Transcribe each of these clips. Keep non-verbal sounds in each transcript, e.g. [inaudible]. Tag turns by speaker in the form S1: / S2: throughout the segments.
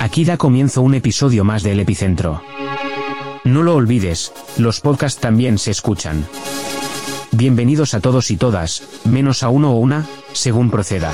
S1: Aquí da comienzo un episodio más del Epicentro. No lo olvides, los podcasts también se escuchan. Bienvenidos a todos y todas, menos a uno o una, según proceda.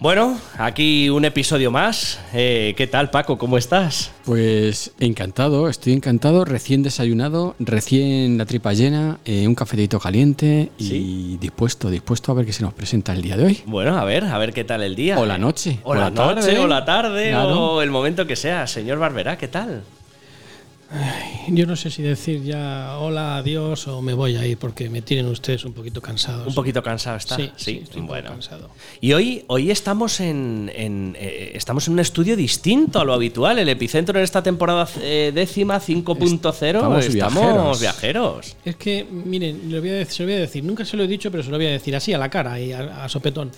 S2: Bueno, aquí un episodio más. Eh, ¿Qué tal, Paco? ¿Cómo estás?
S3: Pues encantado, estoy encantado, recién desayunado, recién la tripa llena, eh, un cafetito caliente y
S2: Sí.
S3: dispuesto, dispuesto a ver qué se nos presenta el día de hoy.
S2: Bueno, a ver, a ver qué tal el día.
S3: O la noche,
S2: O,
S3: o
S2: la,
S3: la
S2: noche,
S3: tarde.
S2: o la tarde,
S3: Claro.
S2: o el momento que sea. Señor Barberá, ¿qué tal?
S4: Yo no sé si decir ya hola, adiós o me voy a ir porque me tienen ustedes un poquito cansados.
S2: Un poquito cansado está.
S4: Pues Sí,
S2: Sí,
S4: sí, estoy un poco
S2: bueno.
S4: cansado.
S2: Y hoy, hoy estamos en, en, eh, estamos en un estudio distinto a lo habitual. El epicentro en esta temporada eh, décima 5.0
S3: Estamos viajeros.
S2: viajeros.
S4: Es que, miren, lo voy a decir, se lo voy a decir, nunca se lo he dicho, pero se lo voy a decir así a la cara y a, a sopetón.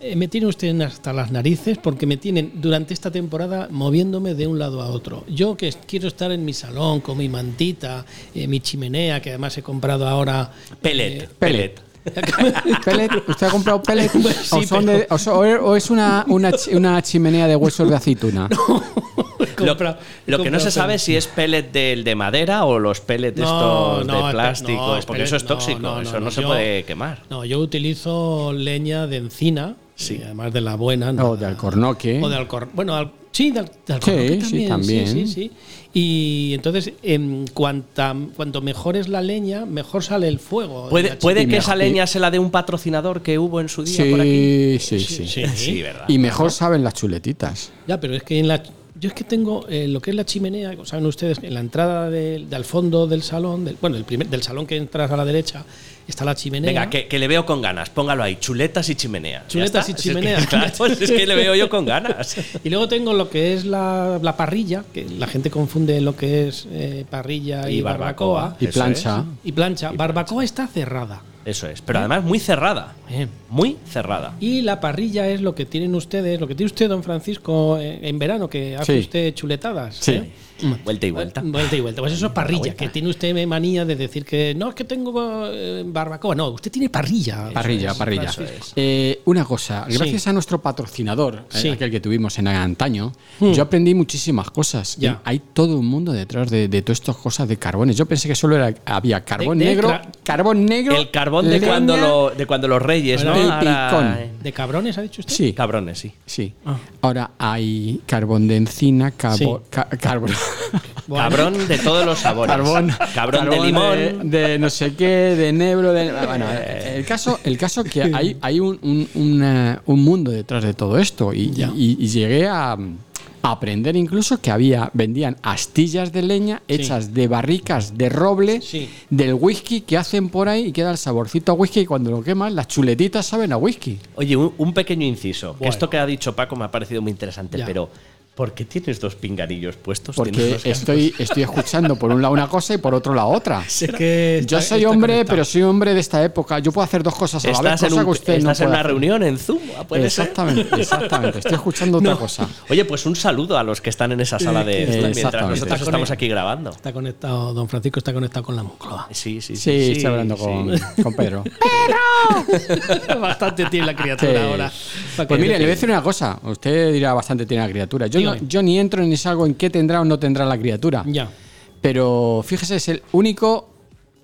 S4: Eh, me tienen ustedes hasta las narices porque me tienen durante esta temporada moviéndome de un lado a otro. Yo que es- quiero estar en mi salón con mi mantita, eh, mi chimenea, que además he comprado ahora.
S2: Pellet,
S4: eh,
S2: pellet.
S3: [laughs] Pellet, ¿Usted ha comprado [laughs] pellet?
S4: Pues
S3: ¿O,
S4: sí,
S3: son de- o so- o es una, una chi- una chimenea de huesos de [laughs] aceituna?
S2: [laughs] Lo,
S4: compra-
S2: lo que no se
S4: compra-
S2: sabe es si es pellet del de madera o los pellets estos de
S4: espe-
S2: plástico,
S4: no,
S2: porque
S4: espera,
S2: eso es tóxico, eso no, se
S4: yo-
S2: puede quemar.
S4: No, yo utilizo leña de encina, y además de la buena. no
S3: O de
S4: la-
S3: alcornoque.
S4: O de alcor, bueno, al- sí, de, al- de alcornoque
S3: Sí, sí,
S4: también, sí,
S3: también.
S4: sí, sí. Y entonces, em, cuanta, cuanto mejor es la leña, mejor sale el fuego. de
S2: Puede,
S4: la
S2: puede
S3: Y
S2: que esa
S3: mejor-
S2: leña se la dé un patrocinador que hubo en su día por aquí.
S3: Sí, sí,
S4: chi-
S3: sí,
S4: sí,
S2: [laughs] Sí, ¿verdad?
S3: Y mejor saben las chuletitas.
S4: Ya, pero es que en la, yo es que tengo eh, lo que es la chimenea, como saben ustedes, en la entrada del, del fondo del salón, del, bueno, del, primer, del salón que entras a la derecha, está la chimenea.
S2: Venga, que, que le veo con ganas, póngalo ahí, chuletas y chimenea. ¿Ya
S4: Chuletas
S2: está?
S4: y
S2: Si es que-
S4: chimenea.
S2: [laughs] claro, si es que le veo yo con ganas.
S4: [laughs] Y luego tengo lo que es la, la parrilla, que la gente confunde lo que es eh, parrilla y,
S2: Y barbacoa.
S4: barbacoa.
S3: Y
S2: Eso
S3: plancha.
S4: Y plancha. barbacoa está cerrada.
S2: Eso es, pero además muy cerrada, muy cerrada.
S4: Y la parrilla es lo que tienen ustedes, lo que tiene usted, don Francisco, eh, en verano, que hace
S3: Sí.
S4: usted chuletadas.
S3: Sí.
S4: ¿eh?
S2: Vuelta y vuelta.
S4: Vuelta y vuelta. Pues eso es parrilla,
S2: vuelta.
S4: que tiene usted manía de decir que no, es que tengo eh, barbacoa. No, usted tiene parrilla.
S3: Parrilla,
S4: Eso es,
S3: parrilla.
S4: eso es.
S3: Eh, una cosa, gracias a nuestro patrocinador, eh,
S4: Sí. Hmm.
S3: aquel que tuvimos en antaño, yo aprendí muchísimas cosas. Y
S4: Ya.
S3: hay todo un mundo detrás de, de todas estas cosas de carbones. Yo pensé que solo era, había carbón
S4: de
S3: negro,
S4: cra-
S3: carbón negro.
S2: El carbón de
S3: leña-
S2: cuando, lo- de cuando los reyes, ¿no?
S3: Y
S2: Ahora-
S3: picón.
S4: ¿De cabrones ha dicho usted?
S3: Sí,
S2: Cabrones, sí.
S3: sí. Ahora hay carbón de encina, carbón.
S4: Ah. Sí.
S3: [laughs] carbón.
S4: Bueno,
S2: Cabrón de todos los sabores.
S3: Carbón,
S2: Cabrón de
S3: carbón eh.
S2: limón.
S3: De, de no sé qué, de nebro, de. Bueno, eh, el caso, el caso que hay, hay un, un- una- un mundo detrás de todo esto. Y, y- y llegué a, a aprender incluso que había, vendían astillas de leña hechas de barricas de roble
S4: Sí.
S3: del whisky que hacen por ahí y queda el saborcito a whisky y cuando lo quemas, las chuletitas saben a whisky.
S2: Oye, un, un pequeño inciso. que
S4: Bueno.
S2: Esto que ha dicho Paco me ha parecido muy interesante,
S4: Ya.
S2: pero ¿por qué tienes dos pinganillos puestos? Tienes
S3: Porque
S2: dos ganas.
S3: estoy, estoy escuchando por un lado una cosa y por otro la otra.
S4: [laughs] Es que
S3: Yo
S4: está-
S3: soy
S4: está
S3: hombre,
S4: conectado.
S3: pero soy hombre de esta época. Yo puedo hacer dos cosas a la vez,
S2: Estás en,
S3: cosa
S2: un-
S3: que usted no
S2: estás en
S3: puede
S2: una
S3: hacer.
S2: reunión en Zoom, puede ser? [laughs]
S3: exactamente, exactamente. Estoy escuchando otra cosa. Eh,
S2: Oye, pues un saludo a los que están en esa sala de Zoom mientras
S3: Exactamente.
S2: nosotros estamos aquí grabando.
S4: Está conectado, don Francisco está conectado con
S2: [laughs]
S4: la Moncloa.
S2: Sí, sí, sí.
S3: Sí, estoy hablando con, con
S2: [laughs]
S3: Pedro.
S4: Bastante tiene [laughs] la criatura
S3: Sí.
S4: ahora.
S3: Pues mire, le voy a decir una cosa. Usted dirá bastante tiene la criatura. Yo, no-
S4: Dígame.
S3: yo ni entro ni salgo en qué tendrá o no tendrá la criatura.
S4: Ya.
S3: Pero fíjese, es el único,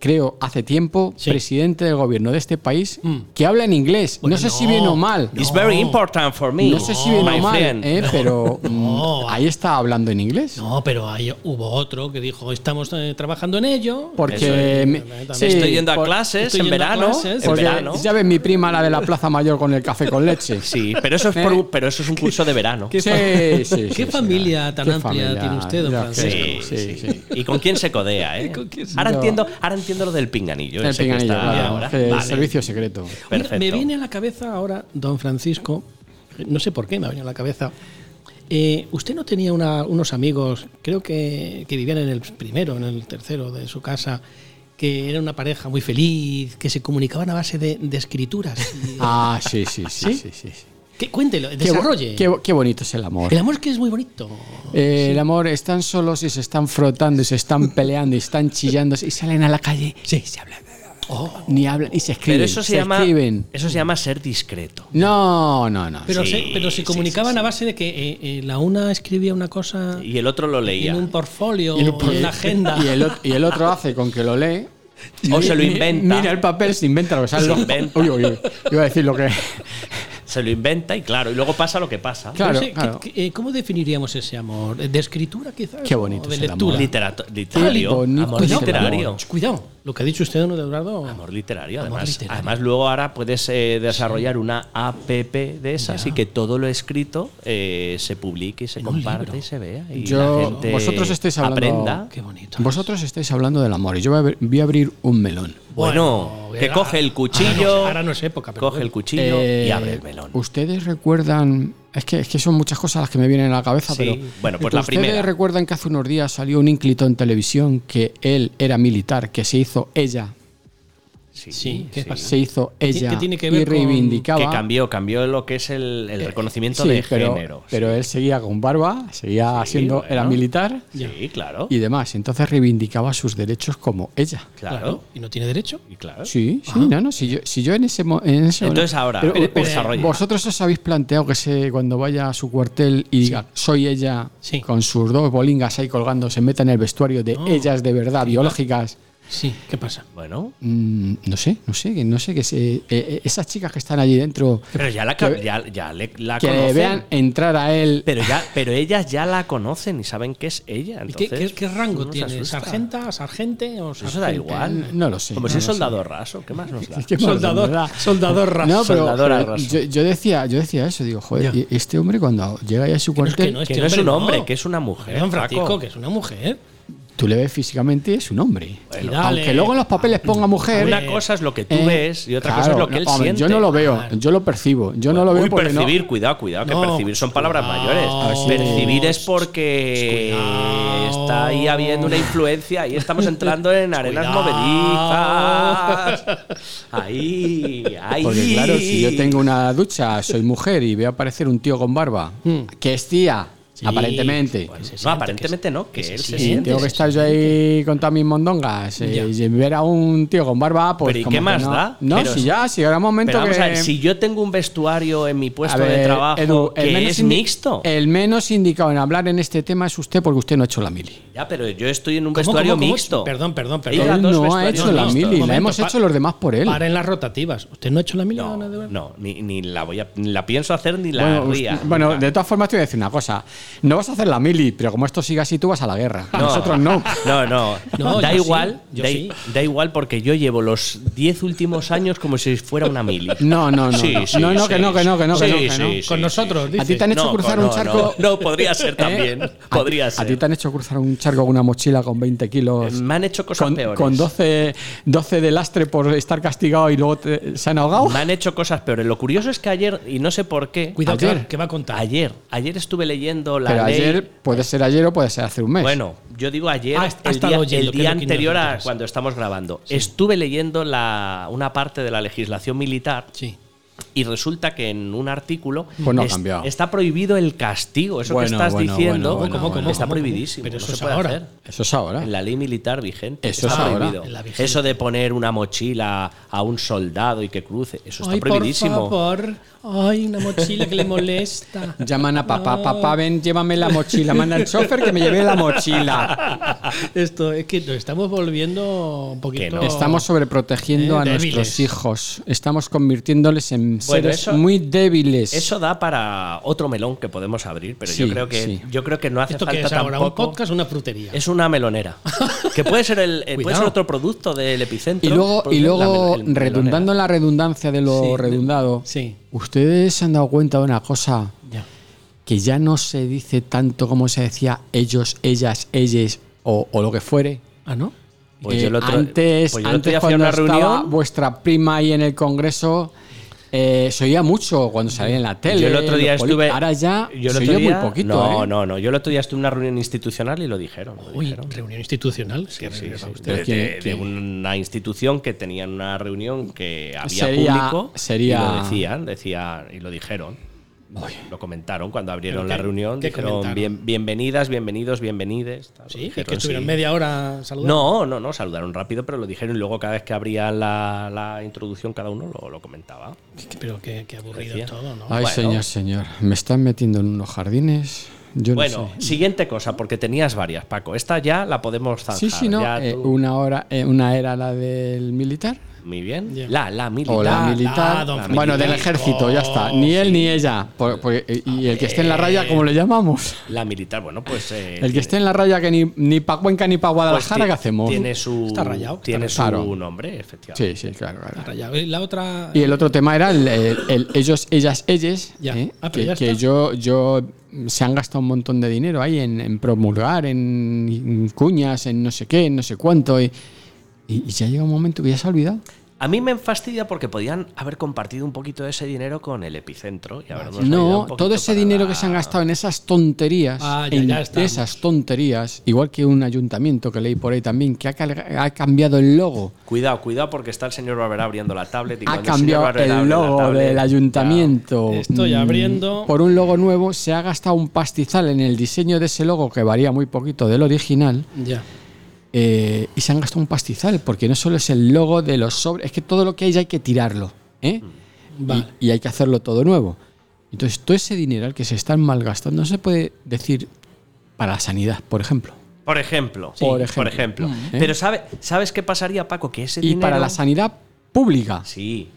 S3: creo, hace tiempo,
S4: Sí.
S3: presidente del gobierno de este país
S2: Mm.
S3: que habla en inglés.
S4: Bueno,
S3: no sé si
S4: no.
S3: bien o mal.
S2: It's very important for me.
S3: No sé si bien o
S2: my
S3: mal,
S2: friend.
S3: eh,
S2: [laughs]
S3: pero mm,
S4: No.
S3: ahí está hablando en inglés.
S4: No, pero ahí hubo otro que dijo, estamos eh, trabajando en ello.
S3: Porque me- sí,
S2: Estoy yendo a
S3: por-
S2: clases
S4: estoy
S2: en
S4: yendo a
S2: verano.
S4: clases.
S2: En
S3: porque
S2: verano.
S3: ya ves mi prima, la de la Plaza Mayor, con el café con leche.
S2: Sí, pero eso, es
S3: [laughs]
S2: por-
S3: Eh.
S2: pero eso es un curso de
S3: [laughs]
S2: verano.
S3: Sí, sí, sí, sí,
S4: qué familia
S3: sí.
S4: tan
S3: Qué
S4: amplia tiene usted, don
S3: ya
S4: Francisco?
S2: Sí,
S3: sé,
S2: sí, ¿Y con quién se codea, eh? ahora,
S3: Yo-
S2: entiendo, ahora entiendo lo del pinganillo.
S3: El
S2: ese que
S3: pinganillo,
S2: está
S3: claro,
S2: ahora.
S3: que
S2: Vale,
S3: servicio secreto.
S4: Mira,
S2: perfecto.
S4: me viene a la cabeza ahora, don Francisco, no sé por qué me ha venido a la cabeza. Eh, usted no tenía una- unos amigos, creo que, que vivían en el primero, en el tercero de su casa, que era una pareja muy feliz, que se comunicaban a base de, de escrituras. Y-
S3: Ah, sí, sí, sí,
S4: ¿Sí?
S3: sí, sí, sí.
S4: que, cuéntelo,
S3: Qué, bo-
S4: desarrolle.
S3: qué bo- qué bonito es el amor.
S4: el amor es que es muy bonito.
S3: Eh, El amor, están solos y se están frotando y se están
S4: [laughs]
S3: peleando y están chillando y salen a la calle
S4: Sí, se habla. Oh,
S3: ni hablan y se escriben.
S2: Pero eso se,
S3: se
S2: llama,
S3: escriben.
S2: eso se llama ser discreto.
S3: No, no, no.
S4: pero,
S2: Sí,
S4: se, pero
S2: sí,
S4: se
S2: sí,
S4: comunicaban
S2: sí.
S4: a base de que eh, eh, la una escribía una cosa
S2: Y el otro lo leía.
S4: en un portfolio,
S3: Y el-
S4: en
S3: [laughs]
S4: una agenda.
S3: Y el, ot- y el otro hace con que lo lee.
S2: [laughs] O se lo
S3: Mi-
S2: inventa.
S3: Mira el papel, se inventa lo que sale.
S2: Se
S3: Lo-
S2: inventa.
S3: Uy, uy, uy. Iba a decir lo que. [laughs]
S2: Se lo inventa y claro, y luego pasa lo que pasa.
S3: Claro,
S4: Pero ese-
S3: claro.
S4: ¿qué- qué- eh, ¿Cómo definiríamos ese amor? ¿De escritura, quizás?
S3: Qué bonito
S4: ¿O de
S3: es el amor.
S4: lectura?
S2: Literato- literario.
S3: bonito
S2: Amor
S3: es el
S2: literario.
S4: Ch, Cuidado, lo que ha dicho usted, don Eduardo.
S2: Amor literario,
S4: Amor
S2: además.
S4: literario.
S2: Además, luego ahora puedes eh, desarrollar una app de esas
S4: Ya.
S2: y que todo lo escrito eh, se publique y se
S4: En un
S2: comparte
S4: libro.
S2: y se vea. Y
S3: Yo-
S2: la gente
S3: vosotros estáis hablando-
S2: aprenda.
S4: Qué bonito.
S3: Vosotros estáis hablando del amor y yo voy a, abrir- voy a abrir un melón.
S2: Bueno,
S4: Bueno,
S2: que
S4: era-
S2: coge el
S4: ahora no
S2: cuchillo.
S4: es- ahora no es época, pero
S2: Coge
S4: bueno.
S2: el cuchillo y
S3: Eh,
S2: abre el melón.
S3: ¿Ustedes recuerdan.? Es que, es que son muchas cosas las que me vienen a la cabeza,
S2: Sí.
S3: pero.
S2: Bueno, pues la
S3: ¿Ustedes
S2: primera.
S3: recuerdan que hace unos días salió un ínclito en televisión que él era militar, que se hizo ella.
S4: Sí, ¿qué pasa?
S3: Se hizo ella.
S4: que tiene que ver
S3: y
S4: con-
S3: reivindicaba.
S2: Que cambió, cambió lo que es el, el reconocimiento
S3: Eh, Sí,
S2: de
S3: pero,
S2: género.
S3: pero él seguía con barba, seguía
S2: Sí,
S3: siendo,
S2: bueno.
S3: era militar
S2: sí, Sí, claro.
S3: y demás. Entonces reivindicaba sus derechos como ella.
S2: claro.
S4: ¿Y no tiene derecho?
S2: Y claro.
S3: Sí, sí,
S4: Ah.
S3: no, no, si yo, si yo en ese mo- en ese
S2: Entonces ahora, eh, desarrolla.
S3: vosotros os habéis planteado que se, cuando vaya a su cuartel y diga soy ella
S4: Sí.
S3: con sus dos bolingas ahí colgando, se meta en el vestuario de
S4: No.
S3: ellas de verdad, biológicas.
S4: Sí, ¿qué pasa?
S2: Bueno,
S3: [laughs] Mm, no sé, no sé, que- no sé, que se- eh, eh, esas chicas que están allí dentro,
S2: pero ya la,
S3: que-
S2: ya, ya le- la
S3: que le
S2: conocen.
S3: vean entrar a él
S2: Pero, ya, pero ellas ya la conocen y saben que es ella.
S4: ¿Y qué,
S2: Entonces,
S4: qué- qué rango
S2: no se
S4: tiene?
S2: asusta.
S4: ¿Sargenta, sargente o sargente?
S2: Eso da igual.
S3: No lo sé.
S2: Como
S3: No
S2: si
S3: lo
S2: es soldado raso, ¿qué más
S3: [laughs]
S2: nos da?
S3: [laughs] Qué
S4: Soldador,
S3: barbaridad.
S4: soldador raso.
S3: No, pero,
S2: Soldadora
S3: pero
S2: raso.
S3: yo, yo decía, yo decía eso, digo, joder,
S4: Ya.
S3: y este hombre cuando llega ya a su
S4: Que no es
S3: cuartel,
S4: que no es-
S2: Que
S4: Este
S2: no es
S4: hombre
S2: un
S4: no.
S2: hombre, que es una mujer.
S4: Don
S2: Paco.
S4: Francisco, que es una mujer.
S3: tú le ves físicamente es un hombre.
S4: Y dale.
S3: Aunque luego en los papeles ponga mujer.
S2: Una cosa es lo que tú
S3: eh,
S2: ves y otra
S3: claro,
S2: cosa es lo que él
S3: no, hombre,
S2: siente.
S3: Yo no lo veo, yo lo percibo. Yo no lo veo
S2: Uy,
S3: porque no- Ah,
S2: percibir, cuidado, cuidado, que
S4: No,
S2: percibir son palabras
S4: cuidado.
S2: mayores.
S4: A ver si-
S2: Percibir es porque
S4: Cuidado.
S2: está ahí habiendo una influencia, ahí estamos entrando
S4: [laughs]
S2: en arenas movedizas. Ahí, ahí.
S3: Porque claro, si yo tengo una ducha, soy mujer y veo aparecer un tío con barba,
S2: Hmm.
S3: que es tía,
S4: Sí.
S3: aparentemente.
S4: Bueno, se
S2: No,
S4: siente
S2: aparentemente no, que él se
S4: siente.
S2: siente.
S3: Tengo que estar yo ahí con todas mis mondongas eh,
S4: Ya.
S3: y ver a un tío con barba, pues.
S2: Pero ¿y
S3: como
S2: qué
S3: que
S2: más
S3: no.
S2: da?
S3: No,
S2: Pero-
S3: si ya, si habrá un momento
S2: Pero vamos
S3: que.
S2: a ver, si yo tengo un vestuario en mi puesto
S3: A ver,
S2: de trabajo
S3: Edu, el
S2: que
S3: menos
S2: es
S3: indi- Eh,
S2: mixto.
S3: El menos indicado en hablar en este tema es usted porque usted no ha hecho la mili.
S2: ya, pero yo estoy en un
S4: ¿Cómo,
S2: vestuario
S4: cómo, cómo?
S2: mixto.
S4: Perdón, perdón,
S2: Ella
S4: perdón.
S3: Él
S2: dos
S3: no ha
S2: vestuarios
S3: hecho la
S2: mixtos.
S3: mili, la
S4: Momento,
S3: hemos
S4: pa-
S3: hecho los demás por él.
S4: Para en las rotativas. ¿Usted no ha hecho la mili,
S2: No,
S4: don Eduardo?
S2: no, ni, ni la voy a, ni la pienso hacer ni la
S3: Bueno,
S2: ría.
S3: usted- bueno,
S2: nunca.
S3: de todas formas te voy a decir una cosa. No vas a hacer la mili, pero como esto siga así, tú vas a la guerra.
S2: No.
S3: Nosotros no.
S2: [laughs] No, no.
S4: No,
S2: da
S4: yo
S2: igual,
S4: sí, yo
S2: da,
S4: sí.
S2: da igual porque yo llevo los 10 últimos años como si fuera una mili.
S3: No, no, no.
S2: Sí, sí,
S3: no, no, que
S2: sí,
S3: no, que no, que no, que
S2: sí,
S3: no, que
S2: sí,
S3: no.
S2: sí,
S4: Con
S2: sí,
S4: nosotros,
S2: sí.
S4: dice.
S3: A ti te han hecho
S2: No,
S3: cruzar
S2: no,
S3: un charco.
S2: No, no, podría ser también.
S3: [laughs] ¿Eh? A-
S2: Podría
S3: A ti
S2: ser.
S3: te han hecho cruzar un charco con una mochila con 20 kilos.
S2: Me han hecho cosas
S3: Con,
S2: peores.
S3: con 12, 12 de lastre por estar castigado y luego te- se han ahogado.
S2: Me han hecho cosas peores. Lo curioso es que ayer, y no sé por qué,
S4: Cuidado,
S3: Ayer.
S4: que va- que va a contar.
S2: ayer, ayer estuve leyendo la
S3: Pero
S2: ley.
S3: ayer pues. puede ser ayer o puede ser hace un mes.
S2: Bueno, yo digo ayer,
S4: Ha- ha
S2: el
S4: Ah, estado
S2: día,
S4: oyendo,
S2: el
S4: que
S2: día
S4: es lo que nos
S2: anterior a
S4: interesa.
S2: cuando estamos grabando. Estuve leyendo la, una parte de la legislación militar
S4: Sí.
S2: y resulta que en un artículo
S3: Pues no ha cambiado.
S2: está prohibido el castigo. Eso
S3: Bueno,
S2: que estás
S3: bueno,
S2: diciendo
S3: bueno, bueno, bueno.
S2: está
S4: ¿Cómo, cómo?
S2: prohibidísimo.
S4: Pero
S2: no
S4: eso
S2: se
S4: es
S2: puede
S4: ahora.
S2: hacer.
S3: Eso es ahora.
S2: En la ley militar vigente.
S3: Eso
S2: está
S3: es ahora.
S2: prohibido.
S4: En la vigente.
S2: Eso de poner una mochila a un soldado y que cruce, eso está
S4: Ay,
S2: prohibidísimo.
S4: por favor. Ay, una mochila que
S2: [laughs]
S4: le molesta.
S3: Llaman a papá, papá, ven, llévame la mochila. Manda al chofer que me lleve la mochila.
S4: Esto es que nos estamos volviendo un poquito.
S2: Que no.
S3: Estamos sobreprotegiendo
S4: Eh,
S3: a
S4: débiles.
S3: nuestros hijos. Estamos convirtiéndoles en seres
S2: eso-
S3: muy débiles.
S2: Eso da para otro melón que podemos abrir, pero yo
S3: Sí,
S2: creo que
S3: sí.
S2: yo creo que no hace
S4: ¿Esto
S2: falta
S4: que es ahora? ¿Un
S2: tampoco.
S4: podcast o una frutería?
S2: Es una melonera. que puede ser el eh, puede
S4: Cuidado.
S2: ser otro producto del epicentro.
S3: y luego,
S2: puede
S3: y
S2: ser la
S3: luego
S2: mel- el melonera.
S3: redundando en la redundancia de lo
S4: Sí,
S3: redundado,
S4: sí.
S3: ustedes se han dado cuenta de una cosa
S4: Ya.
S3: que ya no se dice tanto como se decía ellos, ellas, ellas o, o lo que fuere.
S4: Ah, ¿no?
S2: Pues
S3: Eh,
S2: yo el otro-
S3: antes,
S2: pues yo el otro
S3: antes
S2: día fui a
S3: cuando
S2: una
S3: estaba
S2: reunión.
S3: vuestra prima ahí en el Congreso, eh, se oía mucho cuando salía en la tele.
S2: Yo el otro día
S3: los poli-
S2: estuve.
S3: Ahora ya
S2: yo el
S3: se
S2: otro
S3: oye
S2: día-
S3: muy poquito.
S2: No,
S3: ¿eh?
S2: no, no. Yo el otro día estuve en una reunión institucional y lo dijeron. lo
S4: Uy,
S2: dijeron.
S4: reunión institucional. ¿Qué
S2: Sí,
S4: reunión
S2: sí,
S4: va
S2: de-
S4: usted?
S3: Pero
S2: de,
S3: ¿quién-
S2: de
S3: quién?
S2: una institución que tenían una reunión que había
S3: Sería-
S2: público
S3: sería-
S2: y lo decían, decían y lo dijeron. Lo comentaron cuando abrieron
S4: ¿Pero
S2: la
S4: qué-
S2: reunión.
S4: qué
S2: dijeron
S4: comentaron?
S2: bien- bienvenidas, bienvenidos, bienvenides. tal, lo
S4: Sí,
S2: dijeron,
S4: que estuvieron
S2: sí.
S4: media hora saludando.
S2: No, no, no, saludaron rápido, pero lo dijeron y luego cada vez que abrían la, la introducción cada uno lo, lo comentaba.
S4: Pero qué, qué aburrido
S2: Decía.
S4: todo, ¿no?
S3: Ay,
S2: Bueno.
S3: señor, señor. Me están metiendo en unos jardines. Yo no
S2: Bueno,
S3: sé.
S2: siguiente cosa, porque tenías varias, Paco. Esta ya la podemos zanjar.
S3: Sí, sí, no.
S2: ya
S3: eh,
S2: tú-
S3: una, hora, eh, una era la del militar.
S2: Muy bien.
S4: Ya.
S2: La, la militar.
S3: O la
S2: La-
S3: militar.
S4: don Francisco.
S3: bueno, del ejército, ya está. Ni él ni ella. Por- por- y el que esté en la raya, ¿cómo le llamamos?
S2: la militar, bueno, pues. eh,
S3: El que
S2: tiene-
S3: esté en la raya que ni, ni para Cuenca ni para
S2: pues
S3: Guadalajara,
S2: ti-
S3: ¿qué hacemos?
S2: Tiene su,
S4: Está rayado, está
S2: Tiene
S3: rayado.
S2: su nombre, efectivamente.
S3: Sí, sí, claro, claro.
S4: Rayado. Y La otra.
S3: Y el otro tema era el, el- el ellos, ellas, ellas,
S4: Ya.
S3: ¿eh?
S4: Ah, pero
S3: que,
S4: ya
S3: que
S4: está.
S3: yo, yo se han gastado un montón de dinero ahí en, en promulgar, en, en cuñas, en no sé qué, en no sé cuánto. Y, y- y ya llega un momento que ya se ha olvidado.
S2: A mí me fastidia porque podían haber compartido un poquito de ese dinero con el epicentro. y habernos ayudado
S3: No,
S2: un poquito
S3: todo ese
S2: para
S3: dinero
S2: la-
S3: que se han gastado en esas tonterías,
S4: Ah, ya,
S3: en
S4: ya estamos.
S3: esas tonterías, igual que un ayuntamiento que leí por ahí también, que ha, calga- ha cambiado el logo.
S2: Cuidado, cuidado, porque está el señor Barberá abriendo la tablet. y
S3: Ha
S2: cuando señor
S3: cambiado
S2: Barberá
S3: el
S2: abre la
S3: logo
S2: tablet,
S3: del
S2: ya-
S3: ayuntamiento.
S4: Estoy
S3: mm,
S4: abriendo.
S3: Por un logo nuevo se ha gastado un pastizal en el diseño de ese logo que varía muy poquito del original.
S4: Ya.
S3: eh, y se han gastado un pastizal porque no solo es el logo de los sobres, es que todo lo que hay ya hay que tirarlo. ¿eh?
S2: Mm.
S4: Vale.
S3: Y, y hay que hacerlo todo nuevo. Entonces, todo ese dinero al que se están malgastando no se puede decir para la sanidad, por ejemplo.
S2: Por ejemplo.
S3: Sí.
S2: por
S3: Por
S2: ejemplo.
S3: ejemplo. ¿Eh?
S2: Pero sabe- ¿sabes qué pasaría, Paco? Que ese
S3: Y
S2: dinero.
S3: para la Mm. sanidad pública.
S2: Sí,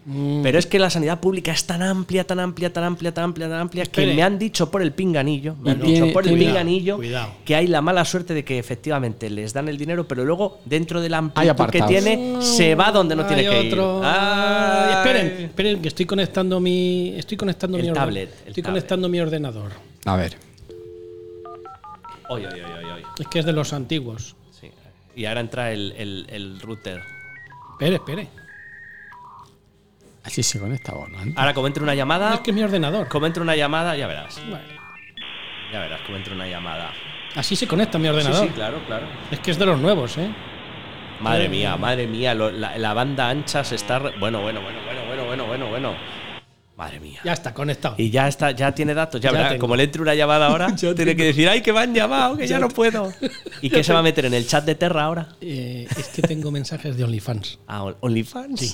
S2: pero es que la sanidad pública es tan amplia, tan amplia, tan amplia, tan amplia, tan amplia, que
S4: Espere.
S2: me han dicho por el pinganillo, me
S3: Y
S2: han
S3: tiene-
S2: dicho por el
S3: tiene-
S2: pinganillo
S4: Cuidado.
S2: que hay la mala suerte de que efectivamente les dan el dinero, pero luego dentro del
S3: Hay
S2: amplitud que
S3: apartados.
S2: tiene se va donde no tiene
S4: Hay
S2: que
S4: otro.
S2: ir.
S4: Ay,
S2: Ay.
S4: esperen, esperen, que estoy conectando mi. Estoy conectando
S2: El
S4: mi orden-
S2: tablet, el
S4: Estoy
S2: tablet.
S4: conectando mi ordenador.
S3: A ver.
S2: Oy, oy, oy, oy, oy.
S4: Es que es de los antiguos.
S2: Sí. Y ahora entra el, el- el router.
S4: Espere, espere.
S3: Así se conecta Borja, ¿no?
S2: Ahora como entre una llamada,
S4: Es que es mi ordenador.
S2: como entre una llamada, ya verás,
S4: Bueno,
S2: ya verás como entre una llamada.
S4: Así se conecta mi
S2: Sí,
S4: ordenador.
S2: sí, claro, claro.
S4: Es que es de los nuevos, ¿eh?
S2: Madre mía, madre mía, lo- la, la banda ancha se está. re- Bueno, bueno, bueno, bueno, bueno, bueno, bueno, bueno. Madre mía.
S4: Ya está conectado.
S2: Y ya está, ya tiene datos. Ya,
S4: Ya
S2: verá,
S4: tengo.
S2: como le entre una llamada [laughs] ahora, tiene que decir, ay, que me han llamado, que ya no [laughs] puedo. ¿Y qué se va a meter en el chat de Terra ahora?
S4: Eh, es que tengo mensajes de OnlyFans.
S2: Ah, on- OnlyFans. Sí.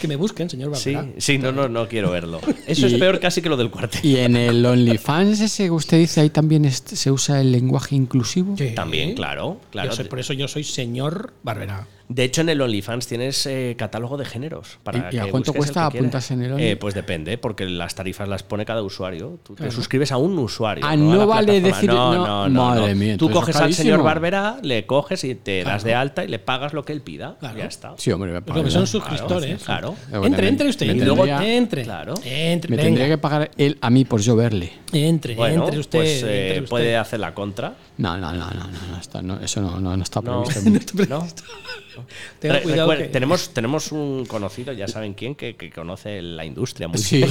S4: Que me busquen, señor
S2: sí,
S4: Barberá.
S2: no, no, no quiero [laughs] verlo. Eso es
S3: Y-
S2: peor casi que lo del cuartel.
S3: Y en el OnlyFans ese que usted dice, ahí también es- se usa el lenguaje inclusivo.
S4: ¿Qué?
S2: También, claro, claro.
S4: Yo soy- por eso yo soy señor Barberá.
S2: De hecho, en el OnlyFans tienes eh, catálogo de géneros. Para
S3: ¿Y- y a
S2: que
S3: cuánto
S2: busques el
S3: cuesta
S2: que quieras.
S3: apuntarse en el Only?
S2: Eh, pues depende, porque las tarifas las pone cada usuario. Tú te suscribes a un usuario.
S3: Ah,
S2: a
S3: no
S2: la
S3: vale
S2: plataforma.
S3: decir-
S2: No,
S3: no,
S2: no, no,
S3: madre
S2: no.
S3: mía,
S2: Tú
S3: entonces
S2: coges
S3: es
S2: al señor
S3: carísimo.
S2: Barberá, le coges y te das de alta y le pagas lo que él pida.
S4: Claro.
S2: Ya está.
S3: Sí, hombre,
S4: Lo que son
S3: sus
S4: suscriptores.
S2: claro.
S3: Luego
S4: Entre,
S3: también
S4: entre usted.
S3: me
S4: Y luego
S3: tendría-
S4: entre.
S2: claro.
S4: Entre,
S3: Me
S4: venga.
S3: tendría que pagar él a mí por yo verle.
S4: Entre,
S2: Bueno,
S4: entre usted.
S2: pues eh,
S4: entre usted. [laughs]
S2: puede hacer la contra.
S3: No, no, no, no, no, no, está- no, eso no, no, no está
S2: No, [laughs]
S3: previsto.
S2: no.
S4: [laughs] Tenga
S2: Re-
S4: cuidado
S2: recuerda,
S4: que-
S2: tenemos, tenemos un conocido, ya saben quién, que, que conoce la
S3: [laughs]
S2: industria mucho.
S3: Sí.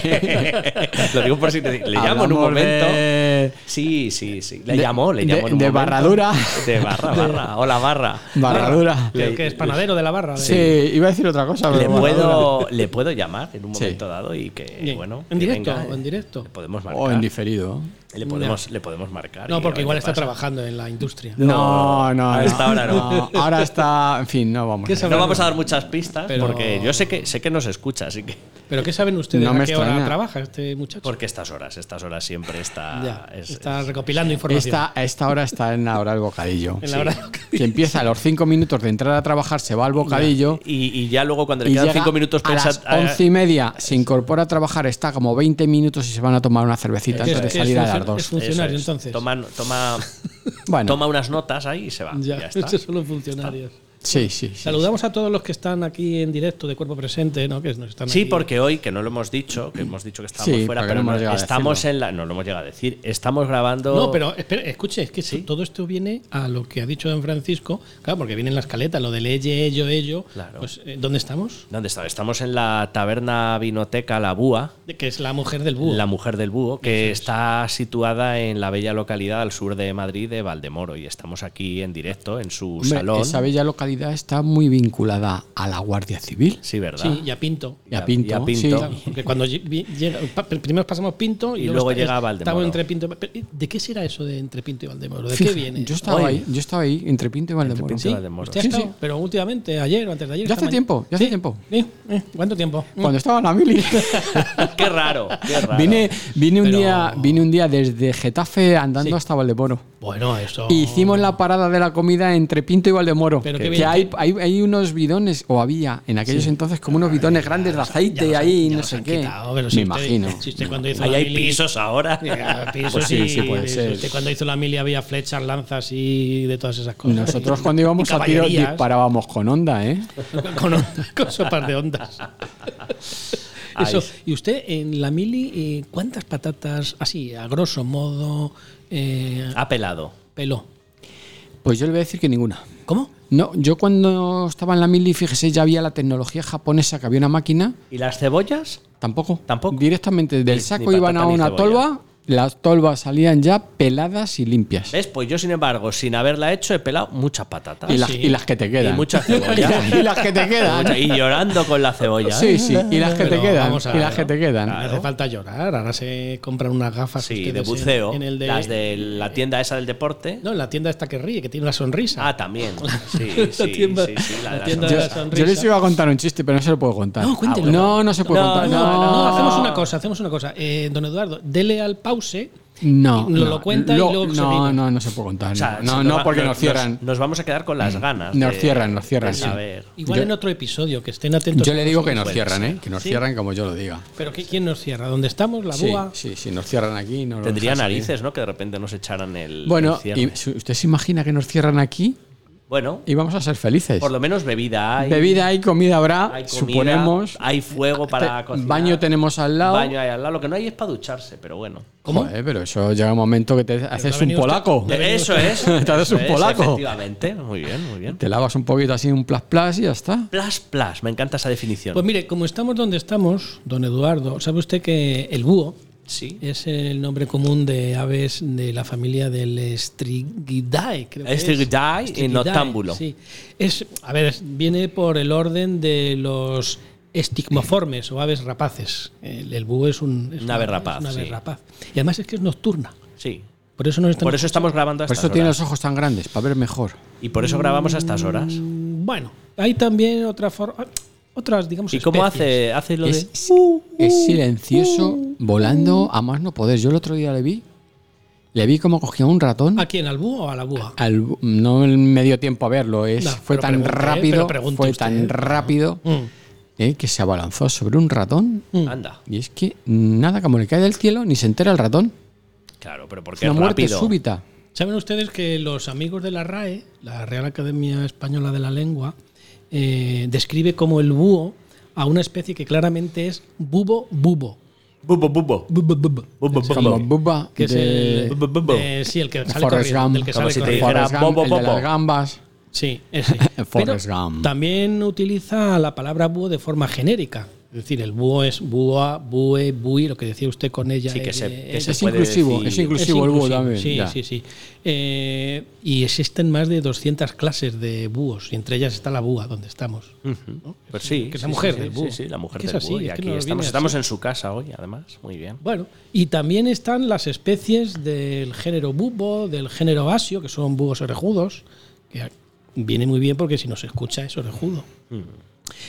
S2: [laughs] Lo digo por si te-
S3: [laughs]
S2: le llamo en un
S3: Hablamos
S2: momento.
S3: de-
S2: Sí, sí, sí. Le
S3: De-
S2: llamó, le
S3: de-
S2: llamó. en un
S3: de
S2: momento.
S3: barradura.
S2: De barra, barra. Hola, barra.
S3: Barradura.
S4: Creo que es panadero de la barra. de-
S3: Sí, iba a decir otra cosa, pero
S2: Le
S3: bueno, ahora-
S2: puedo, le puedo llamar en un
S3: Sí.
S2: momento dado y que,
S4: Bien.
S2: bueno.
S4: ¿En
S2: que
S4: directo?
S2: venga.
S4: ¿O en directo?
S2: Le podemos
S3: O Oh, en
S2: marcar.
S3: diferido.
S2: Le podemos, le podemos marcar. y
S4: No,
S2: a ver
S4: porque igual
S2: qué
S4: está
S2: pasa.
S4: trabajando en la industria.
S3: No, no,
S2: a
S3: no,
S2: esta hora no.
S3: [laughs] Ahora está, en fin, no vamos.
S4: ¿Qué
S3: a-
S4: sabe-
S2: No vamos a dar muchas pistas
S4: Pero-
S2: porque yo sé que sé que nos escucha, así que [laughs]
S4: ¿Pero qué saben ustedes
S3: No
S4: a
S3: me
S4: qué hora
S3: extraña.
S4: trabaja este muchacho?
S2: porque estas horas, estas horas siempre está
S4: Ya,
S2: es-
S4: está
S2: es-
S4: recopilando información.
S3: Esta, a esta hora está en la hora del bocadillo.
S4: en la hora-
S3: Que empieza a los cinco minutos de entrar a trabajar, se va al bocadillo.
S2: y, y ya luego cuando le
S3: Y
S2: quedan
S3: llega
S2: cinco minutos ah,
S3: a
S2: pensa-
S3: las once y media se incorpora a trabajar, está como 20 minutos y se van a tomar una cervecita
S4: Es [laughs] que
S3: antes de
S4: es
S3: salir a las
S4: funcio- es
S3: dos.
S4: funcio- funcionario,
S2: Eso es.
S4: entonces.
S2: Toma, toma,
S3: [laughs] Bueno,
S2: toma unas notas ahí y se va.
S4: Ya,
S2: ya está.
S4: [laughs] estos son los funcionarios.
S3: Sí, sí. sí
S4: Saludamos a todos los que están aquí en directo de cuerpo presente, ¿no? Que nos están
S2: Sí,
S4: aquí.
S2: porque hoy, que no lo hemos dicho, que hemos dicho que estábamos
S3: Sí,
S2: fuera,
S3: porque
S2: pero
S3: no hemos
S2: no,
S3: llegado a
S2: estamos
S3: decirlo.
S2: en la. No lo hemos llegado a decir, estamos grabando.
S4: No, pero espera, escuche, es que
S2: Sí.
S4: todo esto viene a lo que ha dicho don Francisco, claro, porque viene en la escaleta, lo del ella, ello, ello.
S2: Claro.
S4: Pues, eh, ¿dónde estamos?
S2: ¿Dónde estamos? Estamos en la taberna vinoteca La Búa,
S4: De- Que es la mujer del búho.
S2: La Mujer del Búho, que está situada en la bella localidad al sur de Madrid de Valdemoro. Y estamos aquí en directo en su
S3: Hombre,
S2: salón.
S3: Esa bella localidad está muy vinculada a la Guardia Civil
S2: Sí, ¿verdad?
S4: sí, ya Pinto.
S3: y a
S2: a-
S3: Pinto.
S2: y a Pinto.
S3: sí.
S4: Claro, porque cuando lle- vi- llega, pa- primero pasamos Pinto y,
S2: Y luego
S4: está-
S2: llega
S4: es-
S2: Valdemoro.
S4: estamos entre Pinto y Va- pero, ¿y ¿De qué será eso de entre Pinto y Valdemoro? ¿De
S3: Fija,
S4: qué viene?
S3: Yo estaba,
S2: Oye.
S3: ahí, yo estaba ahí entre Pinto y Valdemoro.
S2: Pinto y
S3: Sí.
S2: Valdemoro. Valdemoro.
S4: Usted ha
S3: Sí,
S4: estado,
S3: sí.
S4: pero últimamente, ayer o antes de ayer.
S3: Ya
S4: esta
S3: hace
S4: mañana.
S3: tiempo, ya hace
S4: Sí,
S3: tiempo.
S4: sí, eh, ¿Cuánto tiempo? Mm.
S3: Cuando estaba en la mili.
S2: [laughs] Qué raro, qué raro.
S3: vine, vine, un
S4: Pero-
S3: día, vine un día desde Getafe andando hasta Valdemoro.
S4: Bueno, eso.
S3: E Hicimos la parada de la comida entre Pinto y Valdemoro.
S4: Pero qué
S3: que
S4: bien.
S3: hay, hay, hay unos bidones, o había en aquellos entonces, como unos bidones grandes de aceite
S4: Ya los han-
S3: ahí,
S4: ya
S3: no
S4: los
S3: sé
S4: han
S3: qué.
S4: quitado, pero
S3: Me
S4: si usted-
S3: imagino.
S4: si usted cuando hizo
S2: Ahí
S4: la
S2: hay
S4: mili- [laughs]
S2: pisos ahora.
S4: Llega a pisos
S3: Pues sí,
S4: y-
S3: sí, puede ser.
S4: usted cuando hizo la mili había flechas, lanzas y de todas esas cosas.
S3: Nosotros
S4: Y- [laughs]
S3: cuando íbamos
S4: y
S3: a tiro
S4: caballerías
S3: disparábamos con onda, ¿eh?
S4: Con, ondas, con sopas de ondas.
S2: Ay.
S4: Eso. Y usted en la mili, eh, ¿cuántas patatas, así, a grosso modo, eh,
S2: Ha pelado.
S4: peló?
S3: Pues yo le voy a decir que ninguna.
S4: ¿Cómo?
S3: No, yo cuando estaba en la mili, fíjese, ya había la tecnología japonesa que había una máquina.
S2: ¿Y las cebollas?
S3: Tampoco.
S2: Tampoco.
S3: Directamente del
S2: Ni-
S3: saco
S2: ni
S3: iban a
S2: patata ni
S3: una
S2: cebolla.
S3: tolva, las tolvas salían ya peladas y limpias.
S2: ¿Ves? Pues yo, sin embargo, sin haberla hecho, he pelado muchas patatas.
S3: Y las,
S4: Ah, sí.
S3: y las que te quedan.
S2: Y
S3: [laughs]
S2: muchas cebollas.
S3: y las que te quedan.
S2: Y llorando con la cebolla. ¿eh?
S3: Sí, sí, y las que
S4: Pero
S3: te quedan.
S4: vamos a
S3: Y las que
S4: ver,
S3: te
S4: No
S3: quedan.
S4: hace falta llorar. Ahora se compran unas gafas.
S2: Sí,
S4: ustedes
S2: de
S4: en-
S2: buceo.
S4: pues En, el de,
S2: Las de la tienda esa del deporte.
S4: No, en la tienda esta que ríe, que tiene una sonrisa.
S2: Ah, también. Sí,
S4: [laughs] La
S2: sí,
S4: tienda-
S2: sí, sí, la de
S4: la
S2: la
S4: tienda
S3: Yo,
S4: de
S2: sonrisa.
S4: la sonrisa.
S3: yo les iba a contar un chiste, pero no se lo puedo contar.
S4: No, cuéntelo.
S3: No, no se puede
S2: No,
S3: contar.
S2: no,
S3: No,
S4: No, hacemos una cosa, hacemos una cosa. Eh, don Eduardo, dele al pause.
S3: No, no,
S4: Lo- lo cuenta y
S3: no,
S4: luego se
S3: No,
S4: viene.
S3: no, no se puede contar.
S2: O sea,
S3: no,
S2: se
S3: no,
S2: va-
S3: porque nos cierran. Mm.
S2: Nos, vamos a quedar con las ganas.
S3: Nos
S2: de-
S3: cierran, nos cierran,
S2: de
S3: sí.
S2: saber.
S4: Igual
S3: Yo-
S4: en otro episodio, que estén atentos.
S3: Yo le digo
S4: Pues,
S3: que nos
S2: puede
S3: cierran,
S2: ser.
S3: ¿eh? Que nos
S4: Sí.
S3: cierran como yo lo diga.
S4: Pero que- ¿quién nos cierra? ¿Dónde estamos? La
S3: Sí,
S4: búa.
S3: sí, sí, nos cierran aquí. no lo
S2: Tendría
S3: dejan salir.
S2: narices, ¿no? Que de repente nos echaran el.
S3: Bueno,
S2: el cierre.
S3: y, su- ¿usted se imagina que nos cierran aquí
S2: bueno,
S3: y vamos a ser felices?
S2: por lo menos bebida hay.
S3: Bebida hay, comida habrá,
S2: hay comida,
S3: suponemos.
S2: Hay fuego para
S3: Te-
S2: cocinar.
S3: baño tenemos al lado.
S2: Baño hay al lado. Lo que no hay es para ducharse, pero bueno.
S4: ¿Cómo?
S3: Joder, pero eso llega un momento que te haces un
S4: venido usted-
S3: polaco.
S2: Eso es.
S3: [laughs] Te haces
S2: eso
S3: un
S2: es,
S3: polaco.
S2: Efectivamente. Muy bien, muy bien.
S3: Te lavas un poquito así, un plas plas y ya está.
S2: Plas, plas. Me encanta esa definición.
S4: Pues mire, como estamos donde estamos, don Eduardo, sabe usted que el búho
S2: sí.
S4: es el nombre común de aves de la familia del Strigidae, creo que es.
S2: Strigidae en
S4: Strigidae,
S2: noctámbulo.
S4: Sí. Es, a ver, es- viene por el orden de los estigmoformes o aves rapaces. El, el búho es un es
S2: Un ave rapaz,
S4: es un ave
S2: sí.
S4: rapaz. Y además es que es nocturna.
S2: Sí.
S4: Por eso no es tan-
S2: Por eso estamos grabando a
S3: Por
S2: estas
S3: eso tiene
S2: horas.
S3: los ojos tan grandes, para ver mejor.
S2: Y por eso grabamos a estas horas.
S4: Mm, Bueno, hay también otra forma otras digamos
S2: ¿Y cómo
S4: especies.
S2: hace, hace lo
S3: Es,
S2: de.?
S4: uh,
S3: es silencioso, volando a más no poder. Yo el otro día le vi. Le vi como cogía un ratón.
S4: ¿A quién? ¿Al búho o a la búa?
S3: al- no me dio tiempo a verlo. Es,
S4: No,
S3: fue
S4: pero
S3: tan
S4: pregunte, ¿eh?
S3: rápido.
S4: Pero pregunte
S3: Fue
S4: usted,
S3: tan
S4: ¿eh?
S3: rápido
S4: Mm.
S3: eh, que se abalanzó sobre un ratón.
S2: Anda.
S3: Y es que nada, como le cae del cielo, ni se entera el ratón.
S2: Claro, pero
S3: Es
S2: porque
S3: una
S2: es
S3: muerte
S2: rápido.
S3: súbita.
S4: ¿Saben ustedes que los amigos de la RAE, la Real Academia Española de la Lengua, eh, describe como el búho a una especie que claramente es bubo bubo?
S2: Bubo, bubo.
S4: Bubo, bubo.
S2: Bubo,
S3: Como
S2: bubo.
S3: Bubba
S4: Que es
S3: de-
S4: el.
S2: Bubo, bubo.
S4: eh, sí, el que sale
S3: Forrest
S4: corriendo.
S3: Gump.
S4: del que
S2: Como
S4: sale
S2: si te
S4: corriendo.
S2: dijera
S3: Forrest Gump,
S2: Bobo,
S3: el de
S2: Bobo.
S3: las gambas.
S4: Sí,
S3: [laughs]
S4: ese.
S3: Forrest
S4: Pero
S3: Gump.
S4: También utiliza la palabra búho de forma genérica. Es decir, el búho es búa, búe, bui, lo que decía usted con ella. eh,
S2: Sí, que se-
S4: ella,
S2: que se
S4: ella.
S3: Es
S2: puede
S3: inclusivo,
S2: decir-
S3: es inclusivo el búho también.
S4: Sí,
S3: ya.
S4: sí, sí. Eh, y existen más de 200 clases de búhos, y entre ellas está la búa, donde estamos.
S2: Ujú. Pues sí.
S4: Que es
S2: sí,
S4: la mujer
S2: sí,
S4: del
S2: sí,
S4: búho.
S2: Sí, sí, la mujer
S4: Que es
S2: del
S4: así,
S2: búho. Y
S4: es que
S2: aquí
S4: nos
S2: estamos,
S4: viene
S2: estamos
S4: así.
S2: en su casa hoy, además. Muy bien.
S4: Bueno, y también están las especies del género bubo, del género asio, que son búhos orejudos, que viene muy bien porque si nos escucha es orejudo.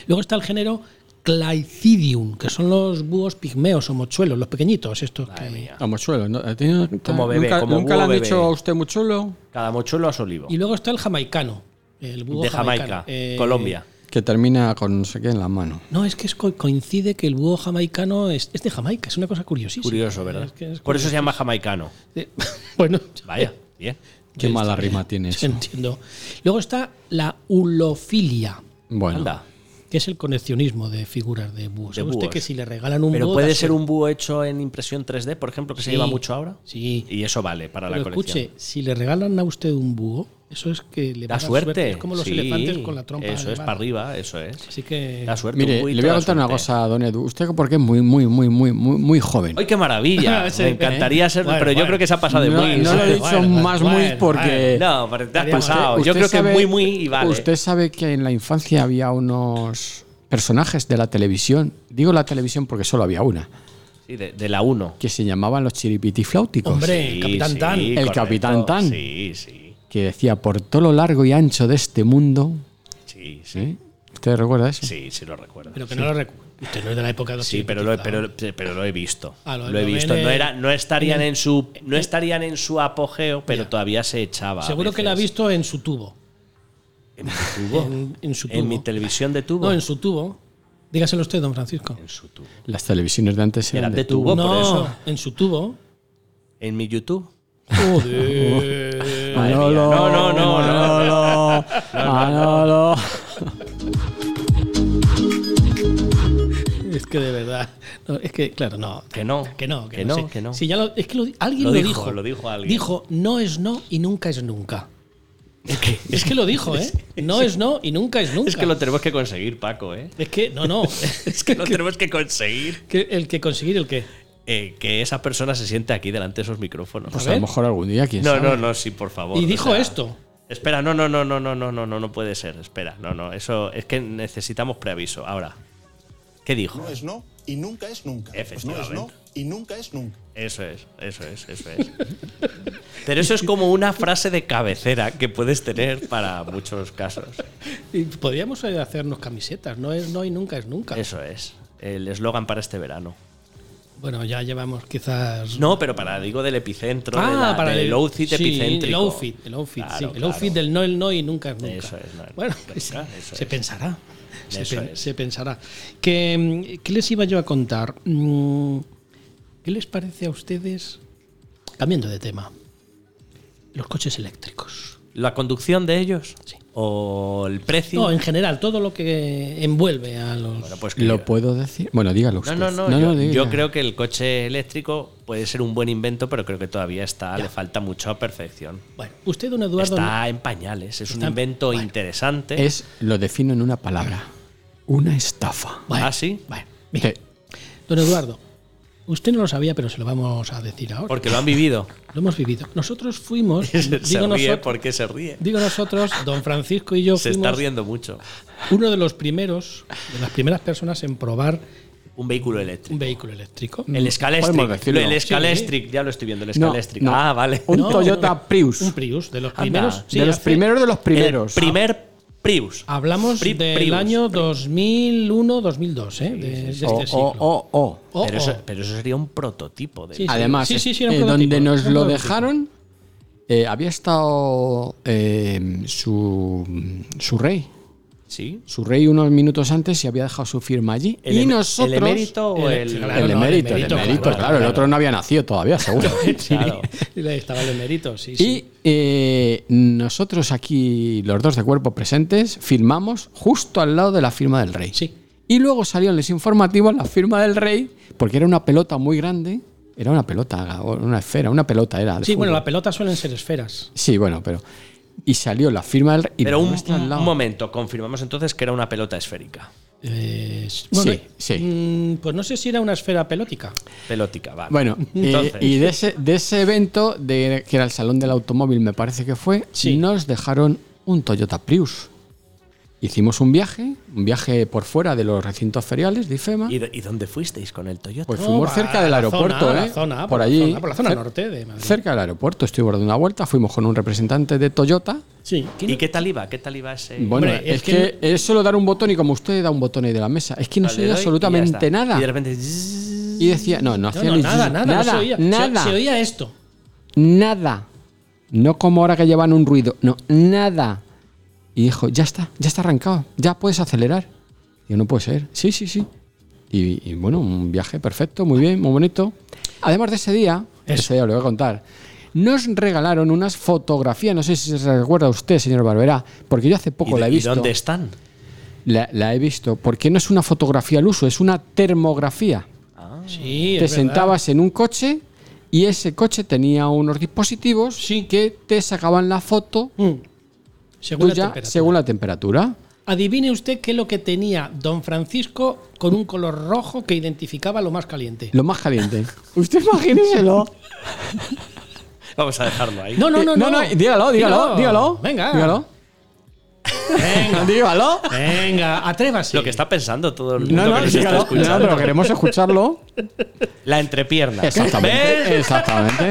S4: Luego está el género Claicidium, que son los búhos pigmeos o mochuelos, los pequeñitos, estos que-
S2: Madre mía.
S3: A mochuelo. ¿no? ¿Ha tenido-
S2: Como bebé,
S3: ¿Nunca,
S2: como
S3: nunca
S2: búho
S3: le han
S2: bebé.
S3: dicho a usted mochuelo?
S2: Cada mochuelo a su olivo.
S4: Y luego está el jamaicano, el búho
S2: De Jamaica,
S4: jamaicano. Eh,
S2: Colombia.
S3: Que termina con no sé qué en la mano.
S4: No, es que es co- coincide que el búho jamaicano es, es de Jamaica, es una cosa curiosísima.
S2: Curioso, ¿verdad?
S4: Es que es
S2: Por eso se llama jamaicano.
S4: Eh, [laughs] bueno,
S2: Vaya, bien.
S3: Qué mala rima tienes.
S4: Sí, Entiendo. Luego está la ulofilia,
S3: Bueno,
S2: Anda.
S4: que es el coleccionismo de figuras de búhos.
S2: De
S4: ¿Sabe usted
S2: búhos.
S4: que si le regalan un
S2: Pero
S4: búho,
S2: puede
S4: da
S2: ser
S4: su-
S2: un búho hecho en impresión 3D, por ejemplo, que se
S4: Sí.
S2: lleva mucho ahora.
S4: Sí.
S2: Y eso vale para la
S4: Pero
S2: colección.
S4: escuche, si le regalan a usted un búho, eso es que le va
S2: da
S4: a dar
S2: suerte.
S4: Es como los
S2: Sí,
S4: elefantes con la trompa.
S2: Eso es
S4: elevada.
S2: para arriba, eso es.
S4: Así que [laughs]
S2: Da suerte.
S3: mire,
S2: un buito
S3: le voy a
S2: da
S3: contar una
S2: suerte.
S3: cosa, don Edu. Usted porque es muy, muy, muy, muy, muy, muy joven.
S2: ¡Ay, qué maravilla!
S4: [laughs] Sí,
S2: Me encantaría ser,
S4: ¿eh? Bueno,
S2: pero yo
S4: bueno.
S2: creo que se ha pasado de
S3: No,
S2: muy.
S3: no lo he
S2: ¿sabes?
S3: dicho más muy porque-
S2: No, pero te has
S4: Estaría
S2: pasado.
S3: Usted
S2: Yo creo
S3: sabe-
S2: que muy, muy y vale.
S3: Usted sabe que en la infancia había unos personajes de la televisión. Digo la televisión porque solo había una.
S2: Sí, de, de la 1.
S3: Que se llamaban los chiripitifláuticos.
S4: Hombre, el Capitán Tan.
S3: El Capitán Tan.
S2: Sí, sí,
S3: Que decía, por todo lo largo y ancho de este mundo.
S2: sí, sí.
S3: ¿Sí? ¿Usted recuerda eso?
S2: Sí, sí lo recuerdo.
S4: Pero que no lo recuerdo. Usted no es de la época de los
S2: Sí, pero lo,
S4: Chiripitas,
S2: pero, pero lo he visto.
S4: Ah,
S2: lo,
S4: lo-
S2: he
S4: lo
S2: visto.
S4: ven
S2: No,
S4: en- eh,
S2: era, no, estarían en su, no estarían en su apogeo, pero todavía se echaba.
S4: ¿no?
S2: a
S4: Seguro que la ha
S2: veces.
S4: visto en su tubo.
S2: ¿En mi tubo?
S4: [laughs] En, en su tubo.
S2: Oh, ¿En mi televisión de tubo?
S4: no, en su tubo. Dígaselo usted, don Francisco.
S2: En su tubo.
S3: Las televisiones de antes eran,
S2: Eran de tubo.
S4: No,
S2: por eso.
S4: en su tubo.
S2: ¿En mi YouTube?
S4: Joder.
S3: Manolo,
S2: Madre mía. No, no, no, no.
S3: Manolo, [laughs] Manolo.
S4: es que de verdad. No, es que, claro, no.
S2: Que no.
S4: Que no, que,
S2: Que
S4: no,
S2: no,
S4: sé.
S2: que no.
S4: Si ya lo- es que lo- alguien
S2: Lo
S4: lo,
S2: dijo,
S4: dijo,
S2: lo dijo alguien.
S4: Dijo, no es no y nunca es nunca. [laughs] Es que lo dijo,
S2: [laughs]
S4: ¿eh? No es no y nunca es nunca.
S2: Es que lo tenemos que conseguir, Paco, ¿eh?
S4: Es que- no, no. [laughs]
S2: [laughs]
S4: es
S2: Es que lo tenemos que conseguir.
S4: que el que conseguir el qué.
S2: eh, que esa persona se siente aquí delante de esos micrófonos.
S3: Pues
S4: A
S3: a, lo
S4: ver.
S3: mejor algún día, quién
S2: No,
S3: sabe.
S2: no, no, sí, por favor.
S4: Y
S2: o
S4: dijo
S2: sea,
S4: esto.
S2: Espera, no, no, no, no, no, no, no, no, no puede ser. Espera, no, no, eso es que necesitamos preaviso. Ahora, ¿qué dijo?
S5: No es no y nunca es nunca. Pues no es no
S2: Efectivamente.
S5: y nunca es nunca.
S2: Eso es, eso es, eso
S4: [laughs]
S2: es. Pero eso es como una frase de cabecera que puedes tener para muchos casos.
S4: [laughs] Y podríamos eh, hacernos camisetas. No es no y nunca es nunca.
S2: Eso es. El eslogan para este verano.
S4: Bueno, ya llevamos quizás.
S2: No, pero para, digo, del epicentro. de la- del
S4: Ah, el
S2: outfit
S4: sí,
S2: epicéntrico.
S4: El outfit, el outfit,
S2: Claro,
S4: sí. El
S2: claro.
S4: outfit del no, el no y nunca es nunca.
S2: Eso es, no, el
S4: bueno,
S2: nunca,
S4: pues,
S2: eso
S4: se
S2: es.
S4: pensará. Se,
S2: Eso
S4: pen-
S2: es.
S4: se pensará. Que, mm, ¿Qué les iba yo a contar? Mm, ¿Qué les parece a ustedes? Cambiando de tema. Los coches eléctricos.
S2: ¿La conducción de ellos?
S4: Sí.
S2: ¿O el precio?
S4: No, en general, todo lo que envuelve a los.
S2: Bueno, pues que-
S3: ¿Lo puedo decir? Bueno, dígalo
S2: No,
S3: usted.
S2: no, no. yo,
S3: diga.
S2: yo creo que el coche eléctrico puede ser un buen invento, pero creo que todavía está, le falta mucha perfección.
S4: Bueno, usted, don Eduardo.
S2: está en pañales. Es un
S4: Está en-
S2: invento
S4: bueno.
S2: interesante.
S3: Es, lo defino en una palabra. Una estafa.
S4: Bueno,
S2: ¿Ah, sí?
S4: bueno, mire,
S3: Mire,
S4: don Eduardo, usted no lo sabía, pero se lo vamos a decir ahora.
S2: Porque lo han
S3: [laughs]
S2: vivido.
S4: Lo hemos vivido. Nosotros
S2: [laughs]
S4: fuimos.
S2: se
S4: digo,
S2: ríe
S4: nosotros,
S2: porque se ríe.
S4: digo nosotros, don Francisco y yo
S2: Se está
S4: fuimos
S2: riendo mucho.
S4: uno de los primeros, de las primeras personas en probar
S2: Un vehículo
S4: un
S2: eléctrico.
S4: vehículo eléctrico.
S2: El
S3: Mm, Podemos
S2: Scalestric.
S3: decirlo.
S2: El
S3: Sí.
S2: Scalestric, ya lo estoy viendo, el
S3: No,
S2: Scalestric.
S3: no.
S2: Ah, vale.
S3: Un
S4: No,
S3: Toyota
S4: no, no.
S3: Prius.
S4: Un Prius, de los
S2: Anda,
S4: primeros. sí,
S3: de los
S4: hace-
S3: primeros de los
S2: El
S3: primeros. Ah,
S2: primer Prius.
S4: Hablamos
S2: Pri-
S4: del
S2: Prius.
S4: año 2001-2002, ¿eh? de, de este
S3: O,
S4: siglo.
S3: o, o, o.
S4: Oh,
S2: Pero,
S4: oh.
S2: eso, pero eso sería un prototipo de.
S4: Sí,
S3: Además,
S4: sí, sí, sí, era un
S3: eh,
S4: prototipo,
S3: donde
S4: era
S3: nos
S4: un
S3: lo
S4: prototipo.
S3: dejaron, eh, había estado eh, su, su rey.
S2: Sí.
S3: Su rey unos minutos antes y había dejado su firma allí.
S2: El
S3: y
S2: em-
S3: nosotros...
S2: El emérito o el.
S4: Sí, claro,
S3: El
S4: no,
S3: emérito, el
S4: el emérito,
S3: emérito,
S4: claro,
S3: claro,
S4: [laughs]
S3: El
S4: claro.
S3: otro no había nacido todavía,
S4: [laughs]
S3: seguro.
S2: Claro.
S4: Y ahí Estaba el emerito, sí, sí.
S3: Y eh, nosotros aquí, los dos de cuerpo presentes, firmamos justo al lado de la firma del rey.
S4: Sí.
S3: Y luego salió en los informativos la firma del rey, porque era una pelota muy grande. Era una pelota, o una esfera, una pelota era. de
S4: Sí, bueno,
S3: fútbol.
S4: las pelotas suelen ser esferas.
S3: Sí, bueno, pero. Y salió la firma del rey. y
S2: Pero
S3: la
S2: un,
S3: nuestra al
S2: un
S3: lado.
S2: momento, confirmamos entonces que era una pelota esférica.
S4: Eh, bueno,
S3: Sí, sí.
S4: Mm, Pues no sé si era una esfera pelótica.
S2: Pelótica, vale.
S4: [laughs]
S3: Bueno, eh,
S2: Entonces.
S3: y de ese, de ese evento, de, que era el Salón del Automóvil, me parece que fue,
S4: Sí.
S3: nos dejaron un Toyota Prius. Hicimos un viaje, un viaje por fuera de los recintos feriales de IFEMA.
S2: ¿Y, do- y dónde fuisteis con el Toyota?
S3: Pues
S4: No,
S3: fuimos
S4: a
S3: cerca del
S4: la
S3: aeropuerto,
S4: zona, a la
S3: ¿eh?
S4: zona,
S3: por,
S4: por la
S3: allí.
S4: zona, por la zona
S3: cer-
S4: norte de Madrid.
S3: Cerca del aeropuerto, estuvimos dando una vuelta, fuimos con un representante de Toyota.
S4: Sí.
S2: ¿Y qué tal iba? ¿Qué tal iba ese?
S3: Bueno,
S4: Hombre,
S3: es,
S4: es
S3: que,
S4: que-
S3: es solo dar un botón y como usted da un botón ahí de la mesa, es que no
S2: Vale,
S3: se
S2: le
S3: oía
S2: doy y ya
S3: absolutamente
S2: está.
S3: nada.
S2: Y de repente.
S3: Y decía, no, no
S4: No,
S3: hacía
S4: no,
S3: ni-
S4: nada, nada, no se oía. Se-
S3: nada,
S4: Se, oía esto.
S3: nada. No como ahora que llevan un ruido, no, nada. Y dijo, ya está, ya está arrancado, ya puedes acelerar. Y yo, no puede ser. Sí, sí, sí. Y, y bueno, un viaje perfecto, muy bien, muy bonito. Además de ese día,
S4: Eso.
S3: ese día lo voy a contar, nos regalaron unas fotografías. No sé si se recuerda usted, señor Barberá, porque yo hace
S2: ¿Y,
S3: poco
S2: de-
S3: la he
S2: y
S3: visto.
S2: dónde están? [laughs]
S3: La, la he visto. Porque no es una fotografía al uso, es una termografía.
S4: Sí,
S3: te
S4: es verdad.
S3: sentabas en un coche y ese coche tenía unos dispositivos
S4: Sí.
S3: que te sacaban la foto
S4: Mm. Según la
S3: tuya
S4: temperatura.
S3: según la temperatura.
S4: Adivine usted qué es lo que tenía don Francisco con un color rojo que identificaba lo más caliente.
S3: Lo más caliente. [laughs] Usted [laughs] imagínenselo.
S2: Vamos a dejarlo ahí.
S4: No, no, no, no.
S3: dígalo, dígalo, dígalo.
S4: Venga.
S3: Dígalo. [laughs]
S4: Venga,
S3: Dígalo.
S4: venga, atrévase.
S2: Lo que está pensando todo el mundo
S3: No,
S2: que
S3: no,
S2: nos está
S3: dígalo. No,
S2: escuchando.
S3: pero queremos
S4: [laughs]
S3: escucharlo.
S2: La entrepierna. ¿Ves?
S3: Exactamente. Exactamente.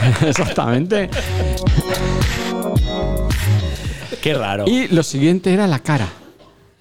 S3: [laughs] Exactamente.
S2: [laughs] Qué raro.
S3: Y lo siguiente era la cara.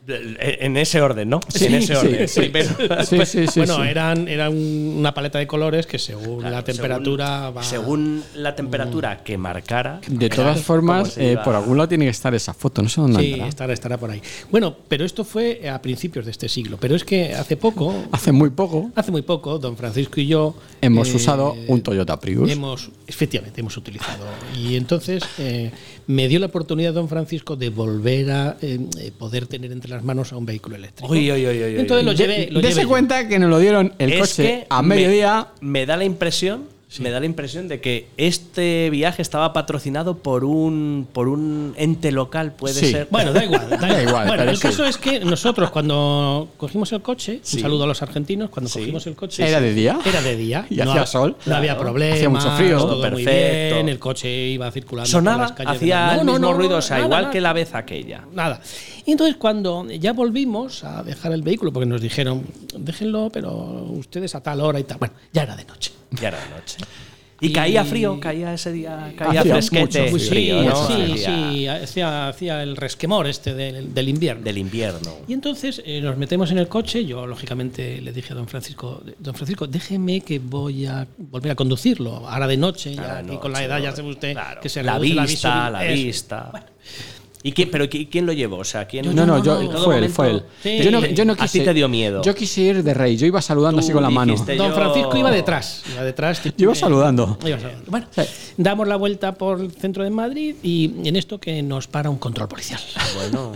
S2: En ese orden, ¿no? Sí, en ese orden. Primero.
S3: Sí, sí, sí.
S4: bueno,
S3: sí.
S4: eran, era un- una paleta de colores que según la temperatura
S2: según,
S4: va.
S2: según la temperatura que marcara.
S3: De todas
S2: cómo
S3: formas,
S2: se
S3: eh,
S2: iba.
S3: por algún lado tiene que estar esa foto. No sé dónde
S4: Sí,
S3: andará.
S4: estará, estará por ahí. Bueno, pero esto fue a principios de este siglo. Pero es que hace poco,
S3: Hace muy poco
S4: hace muy poco, don Francisco y yo.
S3: hemos
S4: eh,
S3: usado un Toyota Prius.
S4: Hemos, efectivamente, hemos utilizado. Y entonces eh, me dio la oportunidad, don Francisco, de volver a eh, eh, poder tener entre las manos a un vehículo eléctrico.
S2: Uy, uy, uy, uy, uy,
S4: entonces
S2: uy.
S4: lo
S3: De-
S4: llevé. Lo
S3: Dese
S4: llevé yo.
S3: cuenta que nos lo dieron el
S2: Es
S3: coche
S2: que
S3: a
S2: me-
S3: mediodía.
S2: Me, da la impresión. Me da la impresión de que este viaje estaba patrocinado por un por un ente local, puede
S3: Sí.
S2: ser.
S4: Bueno,
S3: [laughs]
S4: da igual. Da igual.
S3: igual,
S4: bueno,
S3: pero
S4: el
S3: sí.
S4: caso es que nosotros cuando cogimos el coche,
S2: Sí.
S4: un saludo a los argentinos, cuando cogimos el coche.
S3: ¿Era de día?
S4: Era de día.
S3: Y hacía sol.
S4: No había problemas.
S3: Hacía mucho frío.
S4: Todo muy
S2: Perfecto.
S4: bien. El coche iba circulando. por las
S2: Sonaba,
S4: calles de
S2: hacía
S4: Madrid.
S2: el
S4: No, no,
S2: mismo
S4: no,
S2: ruido,
S4: no,
S2: o sea,
S4: nada,
S2: igual
S4: nada.
S2: que la vez aquella.
S4: Nada. Y entonces cuando ya volvimos a dejar el vehículo, porque nos dijeron, déjenlo, pero ustedes a tal hora y tal. Bueno, ya era de noche.
S2: Ya era de noche. Y, caía frío, caía ese día, caía
S3: Hacía
S2: fresquete.
S3: mucho
S4: sí,
S2: frío, ¿no?
S4: sí,
S2: Hacía
S4: sí, hacía, hacía el resquemor este del, del invierno.
S2: Del invierno.
S4: y entonces eh, nos metemos en el coche. Yo, lógicamente, le dije a don Francisco: Don Francisco, déjeme que voy a volver a conducirlo. Ahora de noche, ya,
S2: Cada
S4: aquí
S2: noche,
S4: con la edad, ya
S2: ¿no?
S4: sabe usted
S2: Claro.
S4: ¿eh? que se
S2: la
S4: reduce
S2: vista, la,
S4: visibil- Eso.
S2: vista. ¿Y quién, pero qui- quién lo llevó? O sea, ¿quién
S3: No, no,
S4: no,
S3: yo,
S4: no, no.
S3: fue él, fue él.
S4: Sí.
S3: Yo, no, yo no
S2: A ti
S3: quise.
S2: te dio miedo.
S3: Yo quise ir de rey. Yo iba saludando
S2: Tú
S3: así con la mano.
S2: dijiste-
S4: Don
S2: Yo-
S4: Francisco iba detrás. Iba detrás.
S3: Yo iba
S4: Eh,
S3: saludando.
S4: iba saludando. Bueno, damos la vuelta por el centro de Madrid y en esto que nos para un control policial.
S2: Bueno,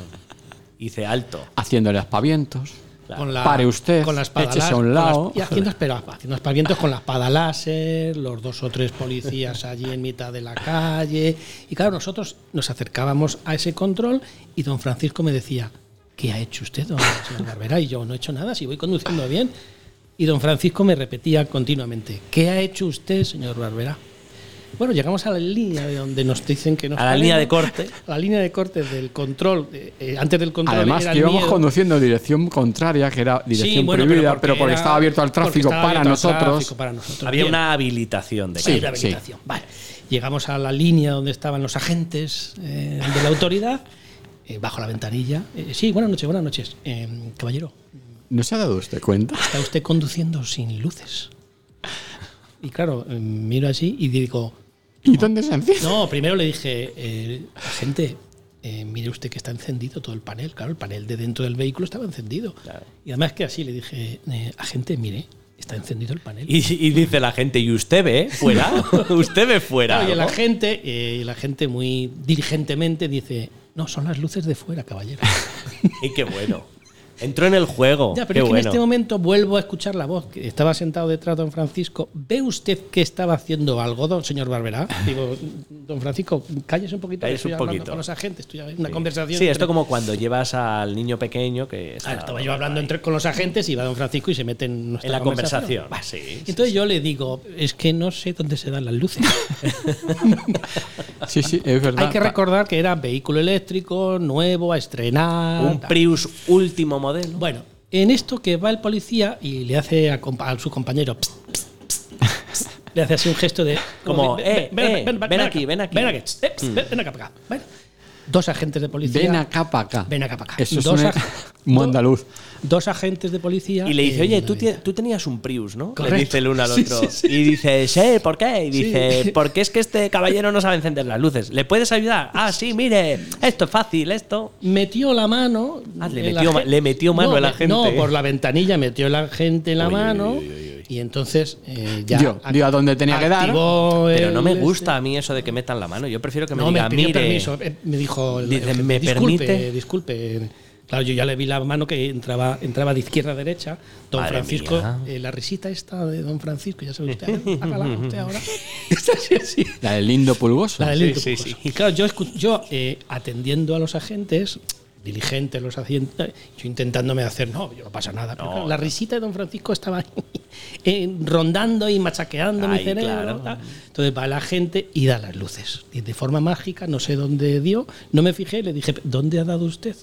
S2: hice alto.
S3: Haciéndole aspavientos.
S2: Claro.
S4: Con la,
S3: Pare usted,
S4: Con la espada
S3: échese a
S4: láser,
S3: un
S4: con las-
S3: lado.
S4: y haciendo, espera, haciendo aspavientos con la espada láser, los dos o tres policías allí en mitad de la calle. Y claro, nosotros nos acercábamos a ese control y don Francisco me decía, ¿qué ha hecho usted, don señor Barbera? Y yo, no he hecho nada, si voy conduciendo bien. Y don Francisco me repetía continuamente, ¿qué ha hecho usted, señor Barbera? Bueno, llegamos a la línea de donde nos dicen que nos
S2: A la línea de
S4: paremos, [laughs]
S2: corte.
S4: a la línea de corte del control, eh, eh, antes del control
S3: Además,
S4: era
S3: que íbamos
S4: miedo.
S3: conduciendo en dirección contraria, que era dirección
S4: Sí, bueno,
S3: prohibida, pero porque,
S4: era-
S3: estaba abierto al
S4: porque
S3: tráfico
S4: estaba
S3: para
S4: abierto al
S3: nosotros.
S4: tráfico para nosotros.
S2: Había
S4: Bien. pues
S2: una habilitación de
S3: Sí.
S4: Hay una habilitación. Vale. Llegamos a la línea donde estaban los agentes eh, de la autoridad, eh, bajo la ventanilla. Eh, sí, buenas noches, buenas noches. Eh, caballero,
S3: ¿No se ha dado usted cuenta?
S4: está usted conduciendo sin luces. Y claro, eh, miro así y digo,
S3: ¿Y dónde se enciende?
S4: no, primero le dije, eh, agente, eh, mire usted que está encendido todo el panel. Claro, el panel de dentro del vehículo estaba encendido.
S2: Claro.
S4: Y además que así le dije, eh, agente, mire, está encendido el panel.
S2: Y, y dice la gente, ¿y usted ve
S4: [laughs]
S2: fuera? [laughs] ¿Usted ve fuera?
S4: Claro, y la
S2: algo?"
S4: gente, eh, y la gente muy diligentemente dice, no, son las luces de
S2: [laughs]
S4: fuera, caballero.
S2: Y qué bueno. Entró en el juego.
S4: ya,
S2: qué
S4: pero es que
S2: bueno.
S4: en este momento vuelvo a escuchar la voz. que Estaba sentado detrás don Francisco. ¿Ve usted que estaba haciendo algo, don señor Barberá? Digo, don Francisco, cállese un poquito. que
S2: Cállese
S4: estoy
S2: un
S4: hablando
S2: poquito.
S4: Con los agentes, estoy en una
S2: Sí.
S4: conversación.
S2: Sí, esto
S4: entre-
S2: como cuando llevas al niño pequeño que está-
S4: Ah, estaba yo hablando entre, con los agentes y va don Francisco y se mete en, nuestra
S2: en la conversación. Sí, sí.
S4: Entonces yo le digo, es que no sé dónde se dan
S2: [laughs]
S4: las luces.
S3: Sí, sí, es verdad.
S4: Hay que recordar que era vehículo eléctrico, nuevo, a estrenar.
S2: Un
S4: tal.
S2: Prius último modelo.
S4: Bueno, en esto que va el policía y le hace a, compa- a su compañero. "Psst, psst, psst, psst", le hace así un
S2: [laughs]
S4: gesto de.
S2: Como, "Eh, eh, ven
S4: acá,
S2: aquí, ven aquí". Mm.
S4: Ven, psst, eh, psst, ven- ven acá, para acá. Bueno, dos agentes de policía.
S3: Ven acá para acá.
S4: Ven acá, para acá.
S3: Eso es [laughs]
S4: Dos
S3: un,
S4: ag-
S3: un
S4: do-
S3: andaluz.
S4: Dos agentes de policía.
S2: Y le dice,
S4: eh,
S2: oye, tú,
S4: le-
S2: tie- tú tenías un Prius, ¿no? Le
S4: Correcto.
S2: dice el uno al
S4: [laughs] Sí,
S2: otro.
S4: sí, sí.
S2: Y dice, sí, ¿por qué? Y
S4: Sí.
S2: dice,
S4: [laughs]
S2: porque es que este caballero no sabe encender las luces. ¿Le puedes ayudar? Ah, sí, mire, esto es fácil, esto.
S4: Metió la mano.
S2: Ah, le
S4: el
S2: metió ma-
S4: agen-
S2: le metió mano
S4: no,
S2: el
S4: me-
S2: agente.
S4: No, por la ventanilla metió la gente la
S2: Uy, uy,
S4: mano.
S2: uy, uy, uy.
S4: Y entonces eh, ya.
S3: Yo,
S4: ac-
S3: dio a donde tenía que dar.
S4: activó
S2: Pero
S4: el
S2: no me
S4: este.
S2: gusta a mí eso de que metan la mano. Yo prefiero que me
S4: No, me
S2: digan,
S4: pidió
S2: mire.
S4: permiso. eh, Me dijo. el-
S2: Dice,
S4: el jefe,
S2: ¿me
S4: disculpe,
S2: permite?
S4: Disculpe. Claro, yo ya le vi la mano que entraba, entraba de izquierda a derecha. Don
S2: Madre
S4: Francisco,
S2: mía.
S4: eh, la risita esta de Don Francisco, ya
S2: [laughs]
S4: sabe usted. hágala usted ahora. Está así, así.
S3: La del lindo pulgoso.
S4: La del hito
S2: sí,
S4: pulgoso. Y claro, yo, escu- yo eh, atendiendo a los agentes, diligentes los agentes, yo intentándome hacer, no, yo no pasa nada. Pero
S2: No,
S4: claro, la risita de don Francisco estaba [laughs] eh, rondando y machaqueando mi
S2: Ay,
S4: cerebro.
S2: claro.
S4: tal. Entonces va la gente y da las luces. Y de forma mágica, no sé dónde dio, no me fijé, le dije, ¿dónde ha dado usted?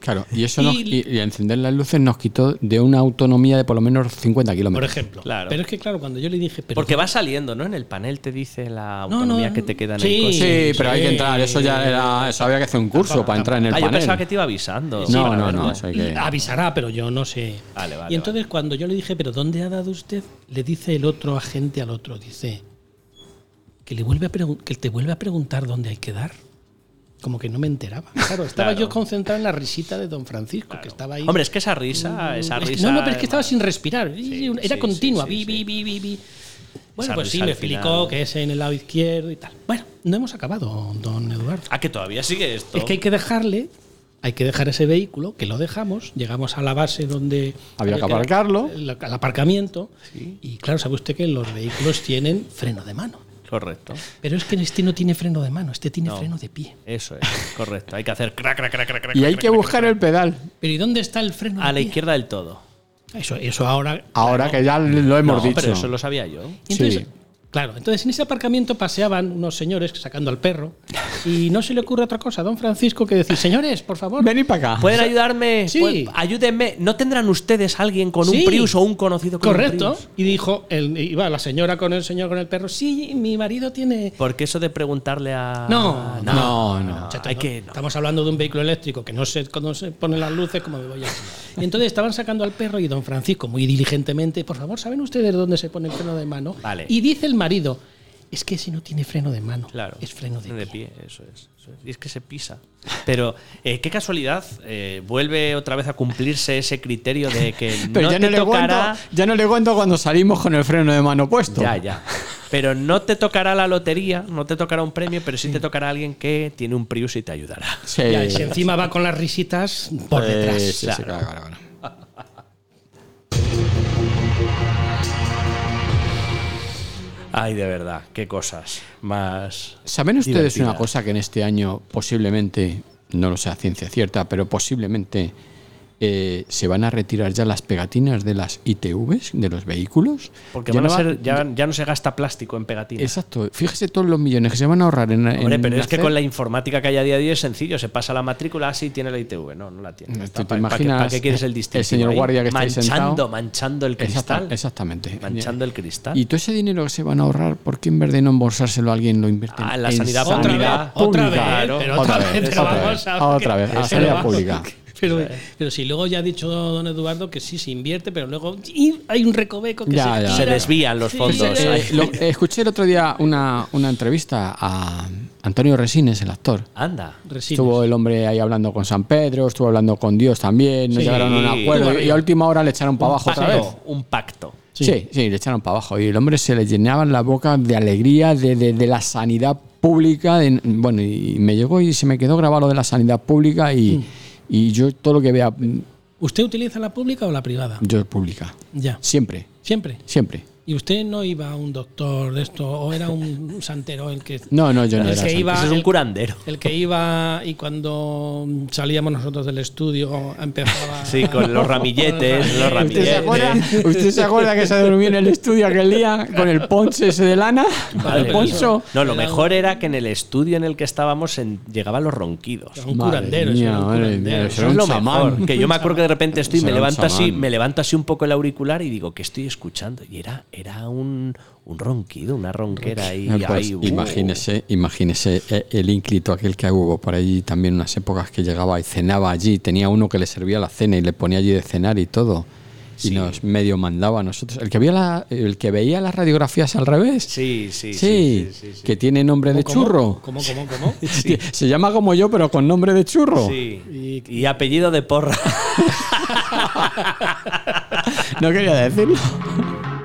S3: Claro, y eso
S4: Y-
S3: nos- y, y encender las luces nos quitó de una autonomía de por lo menos 50
S4: Por
S3: kilómetros.
S4: ejemplo.
S2: Claro.
S4: Pero es que claro, cuando yo le dije, pero
S2: Porque va saliendo, ¿no? En el panel te dice la
S4: No,
S2: autonomía
S4: no,
S2: que te queda en
S4: sí.
S2: el coche.
S3: Sí, pero hay que
S4: Sí.
S3: entrar. Eso ya era. Eso había que hacer un curso para entrar en el
S2: ah, yo
S3: panel.
S2: pensaba que te iba avisando.
S3: no,
S2: para
S3: no,
S2: verlo.
S3: no. eso hay que-
S4: Avisará, pero yo no sé.
S2: Vale, vale,
S4: y entonces cuando yo le dije, pero ¿dónde ha dado usted? Le dice el otro agente al otro, dice, que, le vuelve a pregun- que te vuelve a preguntar dónde hay que dar. Como que no
S2: [laughs]
S4: me enteraba. Claro, estaba
S2: Claro.
S4: yo concentrado en la risita de don Francisco, que estaba ahí.
S2: Hombre, es que esa risa, esa
S4: Es que-
S2: risa.
S4: no, no, pero es que estaba sin respirar. Era
S2: sí,
S4: continua.
S2: sí,
S4: vi,
S2: sí.
S4: vi, vi, vi, vi. Bueno,
S2: Esa
S4: pues sí,
S2: risa
S4: me
S2: al final.
S4: explicó que es en el lado izquierdo y tal. Bueno, no hemos acabado, don Eduardo.
S2: Ah, que todavía sigue esto.
S4: Es que hay que dejarle, hay que dejar ese vehículo, que lo dejamos, llegamos a la base donde...
S3: Había que aparcarlo.
S4: El, el aparcamiento. Y claro, sabe usted que los vehículos tienen freno de mano.
S2: Correcto.
S4: Pero es que este no tiene freno de mano, este tiene
S2: No.
S4: freno de pie.
S2: Eso es, correcto. Hay que hacer crack, crack, crack, crack, crack,
S3: Y hay
S2: crack,
S3: que
S2: crack,
S3: buscar el pedal.
S4: Pero ¿y dónde está el freno
S2: A
S4: de
S2: la
S4: pie?
S2: izquierda del todo.
S4: Eso, eso ahora...
S3: Ahora que ya lo hemos
S2: No,
S3: dicho.
S2: pero eso lo sabía yo. ¿eh?
S4: Y entonces,
S3: Sí.
S4: Claro, entonces en ese aparcamiento paseaban unos señores sacando al perro y no se le ocurre otra cosa a don Francisco que decir, señores, por favor,
S3: Venid para acá.
S2: ¿Pueden ayudarme?
S4: Sí.
S2: Pues, ayúdenme. ¿No tendrán ustedes a alguien con
S4: Sí.
S2: un Prius o un conocido con un
S4: Correcto.
S2: Prius?
S4: Y dijo, el, iba la señora con el señor con el perro. Sí, mi marido tiene.
S2: Porque eso de preguntarle a.
S4: No,
S2: no.
S3: No, no.
S4: Chato,
S2: hay
S4: no,
S2: que- no.
S4: Estamos hablando de un vehículo eléctrico que no sé cuando se ponen las luces, como me voy a. Y entonces estaban sacando al perro y don Francisco, muy diligentemente, por favor, ¿saben ustedes dónde se pone el freno de mano?
S2: Vale.
S4: Y dice el marido, es que ese no tiene freno de mano.
S2: Claro.
S4: Es freno de, pie.
S2: eso es. eso es. Y es que se pisa. Pero eh, qué casualidad, eh, vuelve otra vez a cumplirse ese criterio de
S4: [laughs]
S2: que
S3: Pero
S2: no
S3: ya,
S2: te
S3: no le
S2: tocará.
S3: cuento, ya no le cuento cuando salimos con el freno de mano puesto.
S2: Ya, ya. Pero no te tocará la lotería, no te tocará un premio, pero sí te tocará alguien que tiene un Prius y te ayudará.
S3: Sí.
S4: Ya, y si encima va con las risitas por
S3: Eh,
S4: detrás.
S3: sí, sí,
S2: claro.
S3: claro, claro, claro.
S2: Ay, de verdad, qué cosas. Más.
S3: ¿Saben ustedes
S2: divertidas.
S3: una cosa que en este año posiblemente, no lo sé a ciencia cierta, pero posiblemente eh, se van a retirar ya las pegatinas de las ITVs, de los vehículos?
S2: Porque
S3: Ya
S2: van a
S3: no va-
S2: ser, ya, ya no se gasta plástico en pegatinas.
S3: Exacto, fíjese todos los millones que se van a ahorrar en.
S2: Hombre,
S3: en
S2: pero es que
S3: hacer-
S2: con la informática que hay a día de hoy es sencillo. Se pasa la matrícula, así tiene la ITV. No, no la tiene.
S3: ¿Tú
S2: Está,
S3: te
S2: ¿Para, para qué-
S3: imaginas
S2: para qué quieres el
S3: el
S2: distintivo?
S3: señor
S2: ahí?
S3: guardia que está ahí
S2: manchando,
S3: sentado?
S2: manchando el
S3: Exacta-
S2: cristal.
S3: Exactamente.
S2: Manchando el cristal.
S3: Y todo ese dinero que se van a ahorrar, ¿por qué en vez de no embolsárselo a alguien lo invierten
S2: Ah, en la
S3: en
S2: sanidad
S4: otra vez,
S2: Sanidad
S4: otra vez,
S2: pública, claro.
S4: pero otra,
S3: Otra
S4: vez,
S3: vez,
S4: pero
S3: otra
S4: vamos
S3: vez,
S4: a
S3: otra vez, a la
S4: pero
S3: sanidad
S4: vamos-
S3: pública.
S4: [laughs] Pero, pero si luego ya ha dicho don Eduardo que sí se invierte, pero luego y hay un recoveco que
S3: Ya,
S4: se,
S3: ya.
S2: Se
S4: tira.
S2: desvían los
S4: Sí,
S2: fondos.
S4: sí,
S3: Eh,
S2: Ay.
S3: lo- eh, escuché el otro día una, una entrevista a Antonio Resines, el actor.
S2: Anda.
S4: Resines.
S3: Estuvo el hombre ahí hablando con San Pedro, estuvo hablando con Dios también, no
S2: Sí.
S3: llegaron a un acuerdo y a última hora le echaron para abajo otra vez.
S2: Pacto, un pacto.
S3: Sí. sí, le echaron para abajo y el hombre se le llenaban la boca de alegría de, de- de la sanidad pública. de- bueno, y me llegó y se me quedó grabado lo de la sanidad pública y, y yo todo lo que vea, mm,
S4: ¿Usted utiliza la pública o la privada?
S3: yo pública.
S4: Ya.
S3: Siempre,
S4: Siempre.
S3: siempre.
S4: ¿Y usted no iba a un doctor de esto o era un santero el que
S3: No, no, yo no
S4: El
S3: era
S4: que
S3: santo.
S4: iba-
S2: Ese es un
S4: el-
S2: curandero.
S4: el que iba y cuando salíamos nosotros del estudio empezaba
S2: Sí,
S4: [laughs]
S2: con los ramilletes, los
S3: ¿Usted se,
S2: ramilletes.
S3: acuerda, usted se acuerda que se durmió en el estudio aquel día con el ponche ese de lana?
S2: Madre
S3: el
S2: mía.
S3: poncho.
S2: No, lo mejor era que en el estudio en el que estábamos en- llegaban los ronquidos.
S4: Un curandero,
S3: Madre
S4: eso
S3: mía,
S4: era un
S3: madre
S4: curandero.
S3: mía,
S4: Eso
S3: eso era
S2: es
S3: un
S2: lo
S3: chamán.
S2: mejor. Que yo me acuerdo que de repente estoy, me
S3: Será un
S2: levanto así,
S3: chamán.
S2: me levanto así un poco el auricular y digo, ¿qué estoy escuchando? Y era, era un, un ronquido, una ronquera ahí.
S3: Ah, pues,
S2: ahí, uh.
S3: imagínese, imagínese eh, el ínclito aquel que hubo por allí también unas épocas que llegaba y cenaba allí, tenía uno que le servía la cena y le ponía allí de cenar y todo. Y nos medio mandaba a nosotros. El que, veía la- el que veía las radiografías al revés.
S2: Sí, sí, sí.
S3: Sí,
S2: sí, sí, sí.
S3: que tiene nombre de churro.
S4: ¿Cómo, cómo,
S3: [laughs]
S4: cómo?
S3: Se llama como yo, pero con nombre de
S2: Oh.
S3: churro.
S4: [laughs]
S2: Sí. Y apellido de porra.
S3: No quería decirlo.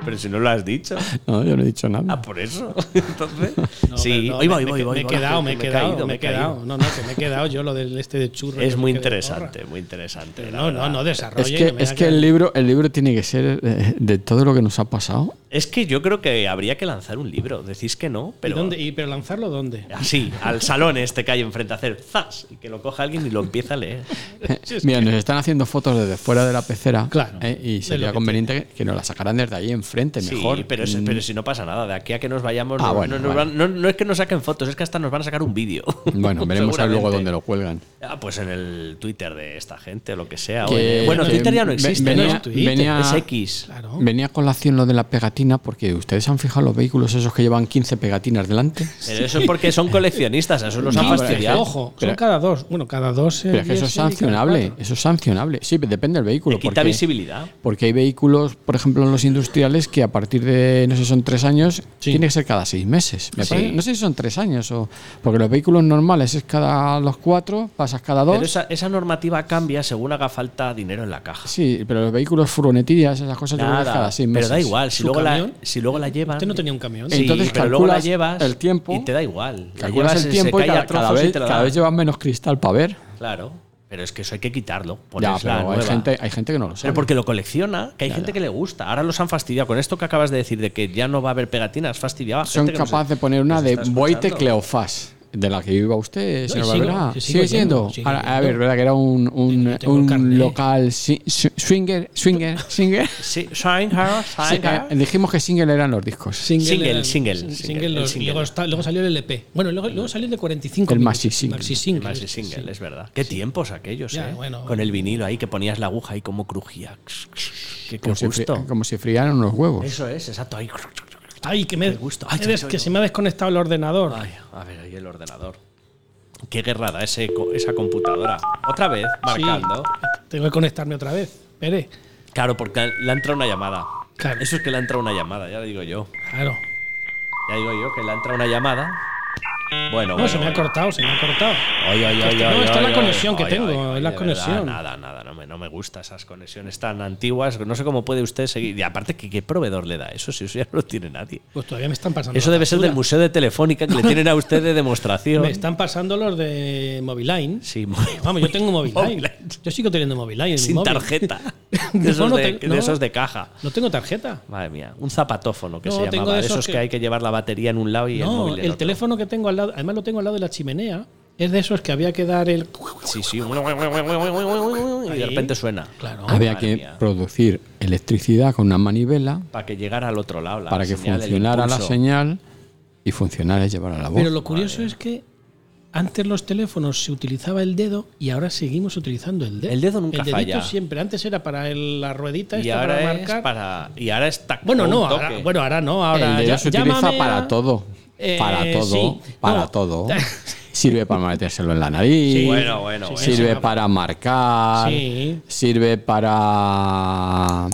S2: Pero si no lo has dicho.
S3: No, yo no he dicho
S2: Ah,
S3: nada.
S2: por eso. [laughs] Entonces.
S4: No,
S2: sí,
S4: pero no,
S2: hoy voy,
S4: me-
S2: voy,
S4: me-
S2: voy.
S4: Me he
S2: voy,
S4: quedado,
S2: que
S4: me he
S2: he
S4: quedado,
S2: caído,
S4: me he quedado. No, no, que me he quededado yo lo del este de churro.
S2: Es
S4: que
S2: muy
S4: me quedé
S2: interesante, muy interesante.
S4: porra.
S2: la
S4: No, no,
S2: verdad.
S4: no, desarrolla.
S3: Es
S4: y
S3: que,
S4: pues, me
S3: es
S4: da
S3: que el libro, el libro tiene que ser eh, de todo lo que nos ha pasado.
S2: Es que yo creo que habría que lanzar un libro. Decís que no,
S4: ¿Y
S2: pero.
S4: dónde? ¿Y pero lanzarlo dónde?
S2: Así, al salón este que hay enfrente, hacer zas y que lo coja alguien y lo empieza a leer. [laughs]
S3: Mira, nos están haciendo fotos desde fuera de la pecera.
S4: Claro,
S3: eh,
S4: de
S3: y
S4: lo
S3: sería
S4: que
S3: conveniente que, que nos la sacaran desde ahí enfrente,
S2: Sí,
S3: mejor.
S2: pero, es-
S3: Mm,
S2: pero si no pasa nada, de aquí a que nos vayamos,
S3: Ah,
S2: no,
S3: bueno,
S2: no nos
S3: vale.
S2: van- no- no es que nos saquen fotos, es que hasta nos van a sacar un vídeo.
S3: [laughs] Bueno, veremos a ver luego
S2: Seguramente.
S3: dónde lo cuelgan.
S2: Ah, pues en el Twitter de esta gente o lo que sea. o
S3: Que-
S2: en- bueno,
S3: que
S2: Twitter ya no
S3: ve-
S2: existe.
S3: venía-
S2: ¿no? Twitter,
S3: venía-
S2: es X.
S4: Claro.
S3: Venía a colación lo de la pegatina porque ustedes han fijado los vehículos esos que llevan 15 pegatinas delante.
S2: Pero eso es porque son coleccionistas, a eso los han
S3: No, pero
S2: fastidiado.
S4: Ojo,
S3: Pero-
S4: son cada dos. Bueno, cada dos. eh,
S3: Pero es que eso es
S4: diez y cada
S3: sancionable,
S4: cuatro.
S3: eso es sancionable. Sí, pero depende del
S2: Le
S3: vehículo.
S2: quita
S3: porque-
S2: visibilidad.
S3: Porque hay vehículos, por ejemplo, en los industriales que a partir de, no sé, son tres años, tiene que ser cada seis meses. Me
S2: Sí.
S3: parece- no sé si son tres años o. Porque los vehículos normales es cada los cuatro, pasas cada dos.
S2: Pero esa, esa normativa cambia según haga falta dinero en la caja.
S3: Sí, pero los vehículos furgonetillas, esas cosas, yo creo que es
S2: Nada,
S3: cada seis meses.
S2: pero da igual, si
S4: ¿Su
S2: luego, la,
S4: camión?
S2: si luego la llevan.
S4: Usted Este no tenía un camión.
S2: Sí,
S3: Entonces
S2: pero luego la
S3: calculas
S2: llevas
S3: el tiempo.
S2: y te da igual. La
S3: Calculas
S2: llevas,
S3: el
S2: se
S3: tiempo y
S2: cae a
S3: cada, cada
S2: trozos y
S3: vez,
S2: te la
S3: cada
S2: dan.
S3: vez llevan menos cristal para ver.
S2: Claro, pero es que eso hay que quitarlo.
S3: Ya,
S2: pones la
S3: pero hay
S2: nueva.
S3: gente, hay gente que no lo sabe.
S2: Pero porque lo colecciona, que hay gente que le gusta. Ahora los han fastidiado. Con esto que acabas de decir de que ya no va a haber pegatinas, fastidiaba.
S3: Son capaces de poner una de Boite Cleofás, de la que iba usted, señor
S4: sigo,
S3: Barberá.
S4: y sigo
S3: Sigue siendo.
S4: yendo, sigue
S3: Ahora, a
S4: yendo.
S3: ver, ¿verdad? Que era un, un,
S4: tengo
S3: un
S4: carné.
S3: local si- si- swinger,
S2: [laughs]
S3: swinger, swinger.
S2: Sí, Shinehouse,
S3: Sí,
S2: Shinehouse.
S3: eh, dijimos que single eran los discos.
S2: Single,
S4: era el-
S2: single,
S4: sin-
S2: single,
S4: single
S2: el
S4: los-
S2: single.
S4: Luego, está- luego salió el LP. Bueno, luego, luego salió el de 45.
S3: El
S4: minutos.
S3: maxi single.
S4: Maxi single.
S2: Más de single, es verdad. Qué tiempos aquellos,
S4: Ya,
S2: ¿eh?
S4: bueno.
S2: Con el vinilo ahí que ponías la aguja y cómo crujía. Qué, qué
S3: Como si, fri-
S2: gusto.
S3: como si friaran unos huevos.
S2: Eso es, exacto. Ahí.
S4: Ay, que me,
S2: gusto. Ay,
S4: me
S2: que
S4: des-
S2: soy
S4: que
S2: yo.
S4: se me ha desconectado el ordenador.
S2: Ay, a ver, ahí el ordenador. Qué guerrada ese, co- esa computadora. Otra vez,
S4: Sí,
S2: marcando.
S4: tengo que conectarme otra vez. Pere.
S2: Claro, porque le ha entrado una llamada.
S4: Claro.
S2: Eso es que le ha entrado una llamada, ya lo digo yo.
S4: Claro.
S2: Ya digo yo que le ha entrado una llamada. Bueno,
S4: No,
S2: bueno.
S4: se me ha
S2: bueno.
S4: cortado, se me ha cortado.
S2: Ay, ay, ay,
S4: No,
S2: ay,
S4: esta es
S2: ay,
S4: la
S2: ay,
S4: conexión que
S2: ay,
S4: tengo,
S2: ay, ay,
S4: es la
S2: de verdad,
S4: conexión.
S2: nada, nada, no me, no me gusta esas conexiones tan antiguas. No sé cómo puede usted seguir. Y aparte, ¿qué, qué proveedor le da eso? Si eso ya no lo tiene nadie.
S4: Pues todavía me están pasando.
S2: Eso
S4: la
S2: debe ser
S4: factura.
S2: del Museo de Telefónica que le tienen a usted
S4: [laughs]
S2: de demostración.
S4: Me están pasando los de Moviline.
S2: Sí, muy-
S4: Vamos,
S2: [laughs]
S4: yo tengo Moviline.
S2: Moviline.
S4: Yo sigo teniendo Moviline. en mi
S2: sin
S4: móvil.
S2: tarjeta. [laughs] De esos,
S4: no
S2: de,
S4: te-
S2: de
S4: no.
S2: esos de caja.
S4: No tengo tarjeta.
S2: Madre mía, un zapatófono que
S4: No,
S2: se
S4: tengo
S2: llamaba.
S4: de
S2: De
S4: esos
S2: esos que...
S4: que-
S2: hay que llevar la batería en un lado y el
S4: no,
S2: móvil
S4: el,
S2: en otro.
S4: teléfono que tengo al lado, además lo tengo al lado de la chimenea, es de esos que había que dar el.
S2: Sí, sí. Y de repente suena.
S4: Claro.
S3: Había
S2: madre
S3: que
S2: mía.
S3: producir electricidad con una manivela
S2: Para que llegara al otro lado. La
S3: para que
S2: señal, el
S3: funcionara la
S2: impulso.
S3: señal y funcionara es llevar a la voz.
S4: Pero lo curioso es que antes los teléfonos se utilizaba el dedo y ahora seguimos utilizando el dedo.
S2: El dedo nunca
S4: El dedito
S2: falla.
S4: siempre. Antes era para el- la ruedita
S2: Y
S4: esta
S2: ahora
S4: para
S2: es
S4: marcar.
S2: para. Y ahora está.
S4: Bueno,
S2: un
S4: no,
S2: toque.
S4: ahora, bueno, ahora no. Ahora
S3: el dedo
S4: ya-
S3: se utiliza
S4: llámame
S3: para
S4: a-
S3: todo.
S4: Eh,
S3: para todo.
S4: sí.
S3: Para
S4: No. [laughs]
S3: todo. Sirve para metérselo en la nariz.
S4: Sí.
S2: Bueno, bueno,
S4: Sí,
S2: bueno.
S4: sí.
S3: Sirve para marcar.
S4: Sí.
S3: Sirve para.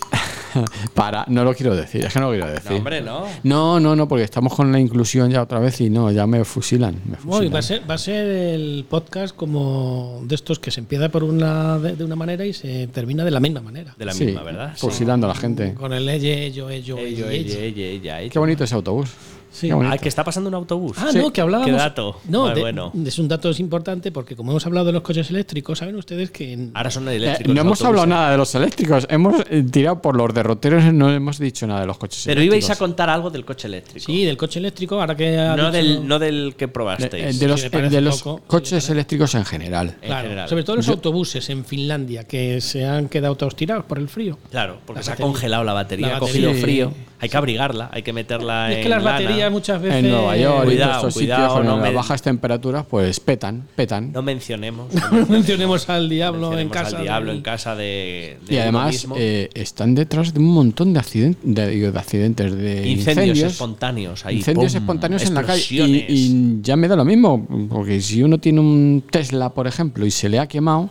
S3: [laughs] para. No lo quiero decir, es que no lo quiero decir.
S2: No, hombre, no.
S3: No, no, no, porque estamos con la inclusión ya otra vez y no, ya me fusilan. me
S4: Uy,
S3: fusilan.
S4: va, a ser, va a ser el podcast como de estos que se empieza por una de, de una manera y se termina de la misma manera.
S2: De la
S3: Sí,
S2: misma, ¿verdad? Sí.
S3: Fusilando a la gente.
S4: Con el ella, yo, ello,
S2: Ello, ello,
S4: ello, ella.
S2: ello, ella, ella.
S3: Qué bonito ese autobús.
S4: Sí.
S3: Qué bonito.
S2: Ah, que está pasando un autobús.
S4: Ah,
S3: Sí.
S4: no, que hablábamos.
S2: Qué dato.
S4: No,
S2: Muy
S4: de-
S2: bueno.
S4: es un dato es importante porque como hemos hablado de los coches eléctricos, saben ustedes que en-
S2: Ahora son
S3: Eh,
S2: eléctricos.
S3: no hemos
S2: los autobuses.
S3: hablado nada de los eléctricos, hemos eh, tirado por los derroteros, y no hemos dicho nada de los coches
S2: Pero
S3: eléctricos.
S2: ibais a contar algo del coche eléctrico.
S4: sí, del coche eléctrico, ahora que ha
S2: No
S4: dicho-
S2: del, no del que
S3: De, eh,
S2: probasteis.
S3: de los,
S4: me
S3: eh,
S4: parece
S3: de los
S4: poco.
S3: coches eléctricos en general.
S2: en
S4: Claro,
S2: general.
S4: sobre todo los autobuses en Finlandia que se han quedado todos tirados por el frío.
S2: Claro, porque
S4: La
S2: se ha
S4: batería.
S2: congelado la batería,
S4: La
S2: ha cogido
S3: batería.
S2: frío. Hay que abrigarla, hay que meterla
S4: Y
S2: en
S4: es que las
S2: lana.
S4: baterías muchas veces
S3: En Nueva York y
S2: Cuidado,
S3: todos estos
S2: cuidado,
S3: sitios con
S2: no
S3: las
S2: me-
S3: bajas temperaturas, pues petan, petan.
S2: No
S3: [laughs]
S2: mencionemos.
S4: [laughs] mencionemos al diablo en casa.
S2: Al diablo
S4: del-
S2: en casa de. de
S3: y
S2: uno
S3: además
S2: mismo.
S3: eh, están detrás de un montón de, accidentes de, digo, de accidentes, de
S2: incendios,
S3: incendios,
S2: espontáneos. Ahí,
S3: incendios
S2: ¡pum!
S3: espontáneos en la calle. Y,
S2: Explosiones.
S3: y ya me da lo mismo, porque si uno tiene un Tesla, por ejemplo, y se le ha quemado,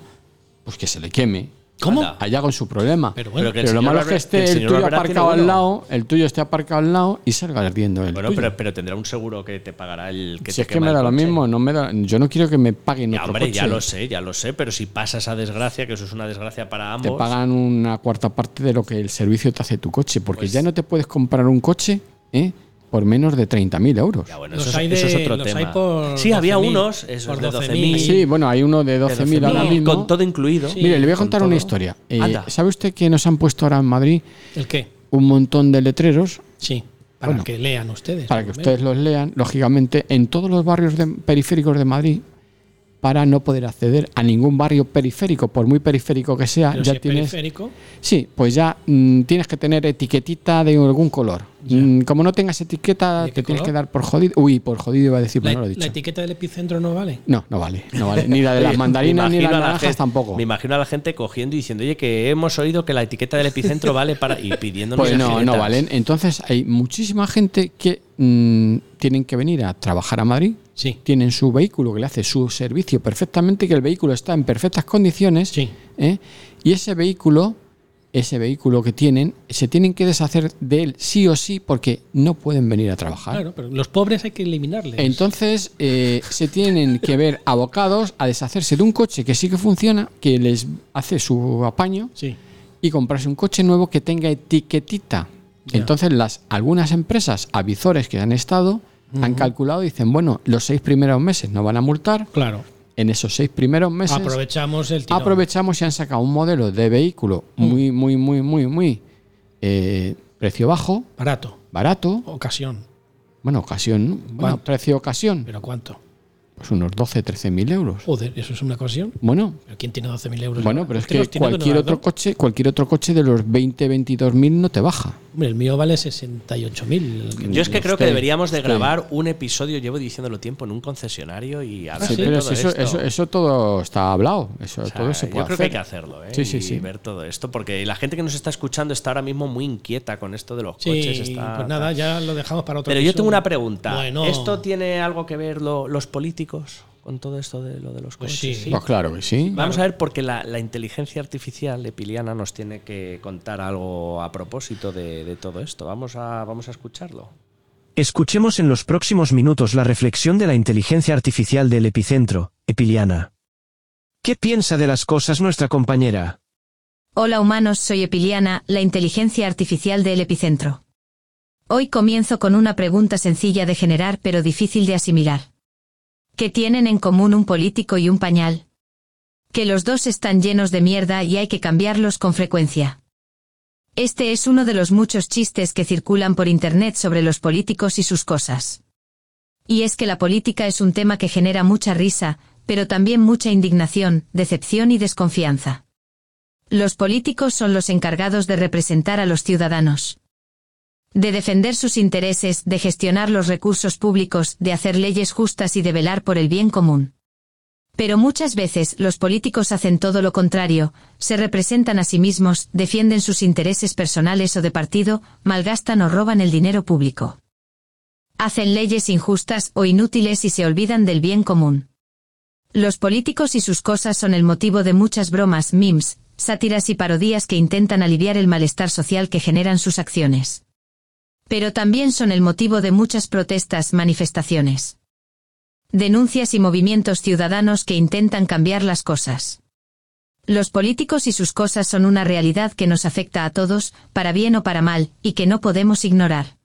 S3: pues que se le queme.
S4: ¿Cómo?
S2: Anda.
S3: allá con su problema.
S4: Pero
S3: Pero,
S4: bueno.
S2: que el
S3: lo
S2: señor
S3: malo es que
S2: Barber-
S3: esté
S2: el
S3: el,
S2: señor
S3: tuyo
S2: Barberá tiene
S3: aparcado al
S2: uno.
S3: lado, el tuyo esté aparcado al lado y salga ardiendo el
S2: Bueno,
S3: tuyo.
S2: pero, pero tendrá un seguro que te pagará el que
S3: si
S2: te
S3: es que
S2: quema
S3: me
S2: el
S3: da lo
S2: coche.
S3: mismo, no me da, yo no quiero que me paguen
S2: Ya,
S3: otro
S2: hombre, ya
S3: coche.
S2: lo sé, ya lo sé, pero si pasa esa desgracia, que eso es una desgracia para
S3: Te
S2: ambos.
S3: pagan una cuarta parte de lo que el servicio te hace tu coche, porque
S2: Pues
S3: ya no te puedes comprar un coche ¿eh? por menos de 30.000 euros.
S2: Ya, bueno,
S4: Los
S2: eso, es-
S4: hay de-
S2: eso es otro
S4: los
S2: tema.
S4: hay por
S2: sí, había
S4: 12.000,
S2: unos, esos
S4: por
S2: de
S4: 12.000.
S2: 12.000.
S3: Sí, bueno, hay uno de 12.000 ahora
S2: 12.000,
S3: mismo.
S2: Con todo incluido.
S3: Mire, le voy a
S2: Con
S3: contar una
S2: todo.
S3: historia. Eh,
S2: Anda.
S3: ¿Sabe usted que nos han puesto ahora en Madrid
S4: ¿El qué?
S3: un montón de letreros
S4: Sí. Para
S3: Bueno.
S4: que lean ustedes.
S3: para que
S4: por lo menos.
S3: ustedes los lean, lógicamente, en todos los barrios de- periféricos de Madrid, para no poder acceder a ningún barrio periférico, por muy periférico que sea,
S4: Pero
S3: ya
S4: si es
S3: tienes.
S4: periférico,
S3: Sí, pues ya mm, tienes que tener etiquetita de algún color. Mm, como no tengas etiqueta,
S4: ¿De
S3: te
S4: qué
S3: tienes
S4: color?
S3: que dar por jodido. Uy, por jodido iba a decir, pero
S4: la,
S3: pues no lo he
S4: la
S3: dicho.
S4: etiqueta del epicentro no vale.
S3: No, no vale, no vale. Ni la
S4: [laughs]
S3: de las
S2: Oye,
S3: mandarinas
S2: me
S3: ni las
S2: imagino a la
S3: naranjas
S2: gente-
S3: tampoco.
S2: Me imagino a la gente cogiendo y diciendo, oye, que hemos oído que la etiqueta del
S3: [laughs]
S2: epicentro vale para. y pidiéndonos.
S3: Pues no, no
S2: tarjetas.
S3: valen. Entonces hay muchísima gente que mm, tienen que venir a trabajar a Madrid.
S4: Sí.
S3: Tienen su vehículo que le hace su servicio perfectamente, que el vehículo está en perfectas condiciones.
S4: Sí.
S3: ¿eh? Y ese vehículo, ese vehículo que tienen, se tienen que deshacer de él sí o sí porque no pueden venir a trabajar.
S4: Claro, pero los pobres hay que eliminarles.
S3: Entonces eh, se tienen que ver abocados a deshacerse de un coche que sí que funciona, que les hace su apaño
S4: Sí.
S3: y comprarse un coche nuevo que tenga etiquetita.
S4: Ya.
S3: Entonces, las, algunas empresas, avisores que han estado, han calculado y dicen, bueno, los seis primeros meses no van a multar,
S4: Claro.
S3: en esos seis primeros meses
S4: Aprovechamos el tirón. Mm.
S3: aprovechamos y han sacado un modelo de vehículo muy, muy, muy, muy, muy eh, precio bajo,
S4: Barato.
S3: barato,
S4: Ocasión.
S3: bueno, ocasión, ¿no? bueno,
S4: ¿Cuánto?
S3: precio ocasión,
S4: ¿Pero cuánto?
S3: pues unos 12, 13 mil euros.
S4: Joder, eso es una ocasión.
S3: Bueno,
S4: ¿Pero quién tiene 12.000 euros?
S3: bueno, pero es
S4: Usted Pues los
S3: que
S4: tiene
S3: cualquier
S4: no
S3: otro
S4: las da.
S3: coche, cualquier otro coche de los 20, 22 mil no te baja.
S4: Hombre, el mío vale 68.000.
S2: Yo es que creo que
S3: Estoy-
S2: deberíamos de
S3: estoy.
S2: grabar un episodio, llevo diciéndolo tiempo, en un concesionario y hablar
S3: Sí,
S2: de
S3: pero
S2: todo
S3: si eso,
S2: esto.
S3: eso, eso todo está hablado. Eso,
S2: O sea,
S3: todo se puede
S2: yo creo
S3: hacer.
S2: que hay que hacerlo, ¿eh?
S3: Sí, sí,
S2: y
S3: sí.
S2: ver todo esto, porque la gente que nos está escuchando está ahora mismo muy inquieta con esto de los coches.
S4: Sí,
S2: está-
S4: pues nada, ya lo dejamos para otro
S2: Pero yo
S4: episodio.
S2: tengo una pregunta.
S4: Bueno.
S2: ¿Esto tiene algo que ver lo- los políticos con todo esto de lo de los
S4: Pues
S2: coches?
S4: sí.
S3: Pues claro que sí.
S2: Vamos a ver, porque la, la inteligencia artificial epiliana nos tiene que contar algo a propósito de, de todo esto. Vamos a, vamos a escucharlo.
S6: Escuchemos en los próximos minutos la reflexión de la inteligencia artificial del epicentro, Epiliana. ¿Qué piensa de las cosas nuestra compañera?
S7: Hola humanos, soy Epiliana, la inteligencia artificial del epicentro. Hoy comienzo con una pregunta sencilla de generar pero difícil de asimilar. ¿Qué tienen en común un político y un pañal? Que los dos están llenos de mierda y hay que cambiarlos con frecuencia. Este es uno de los muchos chistes que circulan por Internet sobre los políticos y sus cosas. Y es que la política es un tema que genera mucha risa, pero también mucha indignación, decepción y desconfianza. Los políticos son los encargados de representar a los ciudadanos. De defender sus intereses, de gestionar los recursos públicos, de hacer leyes justas y de velar por el bien común. Pero muchas veces los políticos hacen todo lo contrario, se representan a sí mismos, defienden sus intereses personales o de partido, malgastan o roban el dinero público. Hacen leyes injustas o inútiles y se olvidan del bien común. Los políticos y sus cosas son el motivo de muchas bromas, memes, sátiras y parodías que intentan aliviar el malestar social que generan sus acciones. Pero también son el motivo de muchas protestas, manifestaciones, denuncias y movimientos ciudadanos que intentan cambiar las cosas. Los políticos y sus cosas son una realidad que nos afecta a todos, para bien o para mal, y que no podemos ignorar.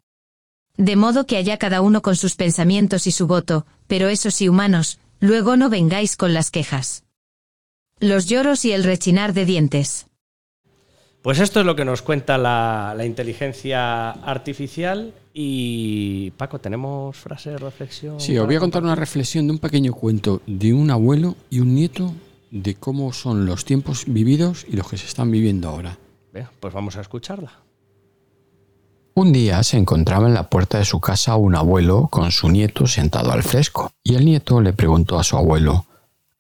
S7: De modo que allá cada uno con sus pensamientos y su voto, pero eso sí humanos, luego no vengáis con las quejas. Los lloros y el rechinar de dientes.
S2: Pues esto es lo que nos cuenta la, la inteligencia artificial. Y Paco, ¿tenemos frase de reflexión?
S3: Sí, os voy a contar una reflexión de un pequeño cuento de un abuelo y un nieto de cómo son los tiempos vividos y los que se están viviendo ahora.
S2: Venga, Pues vamos a escucharla.
S3: Un día se encontraba en la puerta de su casa un abuelo con su nieto sentado al fresco, y el nieto le preguntó a su abuelo,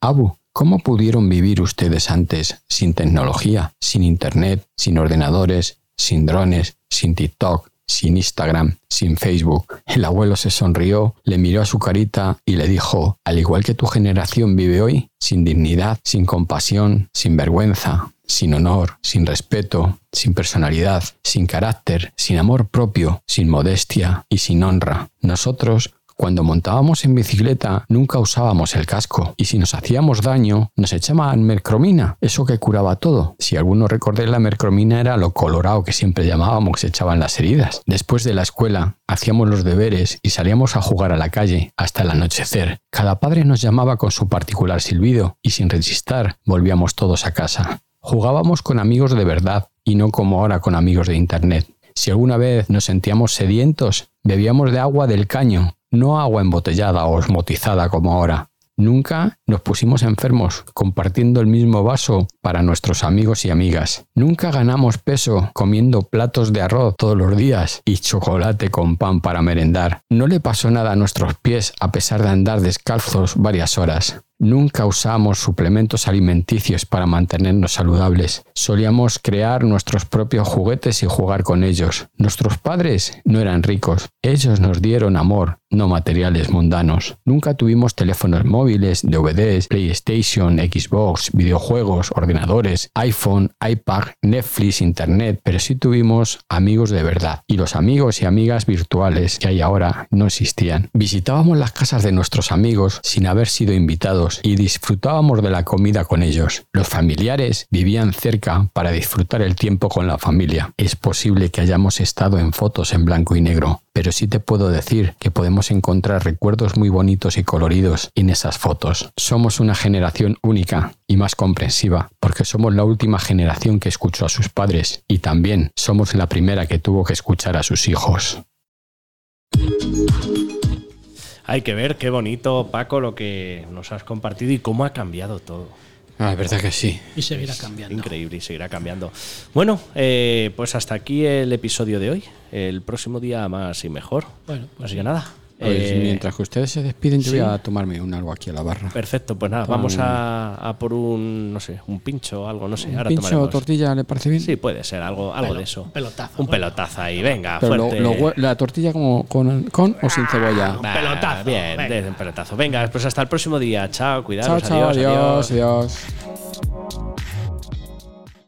S3: Abu, ¿cómo pudieron vivir ustedes antes sin tecnología, sin internet, sin ordenadores, sin drones, sin TikTok, sin Instagram, sin Facebook. El abuelo se sonrió, le miró a su carita y le dijo, al igual que tu generación vive hoy, sin dignidad, sin compasión, sin vergüenza, sin honor, sin respeto, sin personalidad, sin carácter, sin amor propio, sin modestia y sin honra. Nosotros cuando montábamos en bicicleta nunca usábamos el casco y si nos hacíamos daño nos echaban mercromina, eso que curaba todo. Si alguno recordé la mercromina era lo colorado que siempre llamábamos que se echaban las heridas. Después de la escuela hacíamos los deberes y salíamos a jugar a la calle hasta el anochecer. Cada padre nos llamaba con su particular silbido y sin registrar volvíamos todos a casa. Jugábamos con amigos de verdad y no como ahora con amigos de internet. Si alguna vez nos sentíamos sedientos, bebíamos de agua del caño, no agua embotellada o osmotizada como ahora. Nunca nos pusimos enfermos compartiendo el mismo vaso para nuestros amigos y amigas. Nunca ganamos peso comiendo platos de arroz todos los días y chocolate con pan para merendar. No le pasó nada a nuestros pies a pesar de andar descalzos varias horas. Nunca usamos suplementos alimenticios para mantenernos saludables. Solíamos crear nuestros propios juguetes y jugar con ellos. Nuestros padres no eran ricos. Ellos nos dieron amor, no materiales mundanos. Nunca tuvimos teléfonos móviles, DVDs, PlayStation, Xbox, videojuegos, ordenadores, iPhone, iPad, Netflix, Internet, pero sí tuvimos amigos de verdad. Y los amigos y amigas virtuales que hay ahora no existían. Visitábamos las casas de nuestros amigos sin haber sido invitados y disfrutábamos de la comida con ellos. Los familiares vivían cerca para disfrutar el tiempo con la familia. Es posible que hayamos estado en fotos en blanco y negro, pero sí te puedo decir que podemos encontrar recuerdos muy bonitos y coloridos en esas fotos. Somos una generación única y más comprensiva, porque somos la última generación que escuchó a sus padres y también somos la primera que tuvo que escuchar a sus hijos.
S2: Hay que ver qué bonito, Paco, lo que nos has compartido y cómo ha cambiado todo.
S3: Ah, es verdad que sí.
S4: Y seguirá cambiando.
S2: Increíble y seguirá cambiando. Bueno, eh, pues hasta aquí el episodio de hoy. El próximo día más y mejor.
S4: Bueno, pues
S2: Así que nada.
S3: Pues
S2: eh,
S3: mientras que ustedes se despiden, yo
S2: sí.
S3: voy a tomarme un algo aquí a la barra.
S2: Perfecto, pues nada,
S3: Toma
S2: vamos
S3: un-
S2: a, a por un, no sé, un pincho o algo, no sé.
S3: ¿Un
S2: ahora
S3: pincho o
S2: tomaremos.
S3: tortilla le parece bien?
S2: Sí, puede ser, algo, algo de eso.
S4: un pelotazo,
S2: Un
S4: bueno.
S2: pelotazo ahí, venga,
S3: Pero lo-
S2: fuerte.
S3: lo hue- la tortilla como con, con o sin cebolla.
S2: Bah,
S4: pelotazo,
S2: Bien,
S4: venga.
S2: de- un pelotazo. Venga, pues hasta el próximo día. Chao, cuidados.
S3: Chao, chao,
S2: adiós.
S3: adiós. adiós.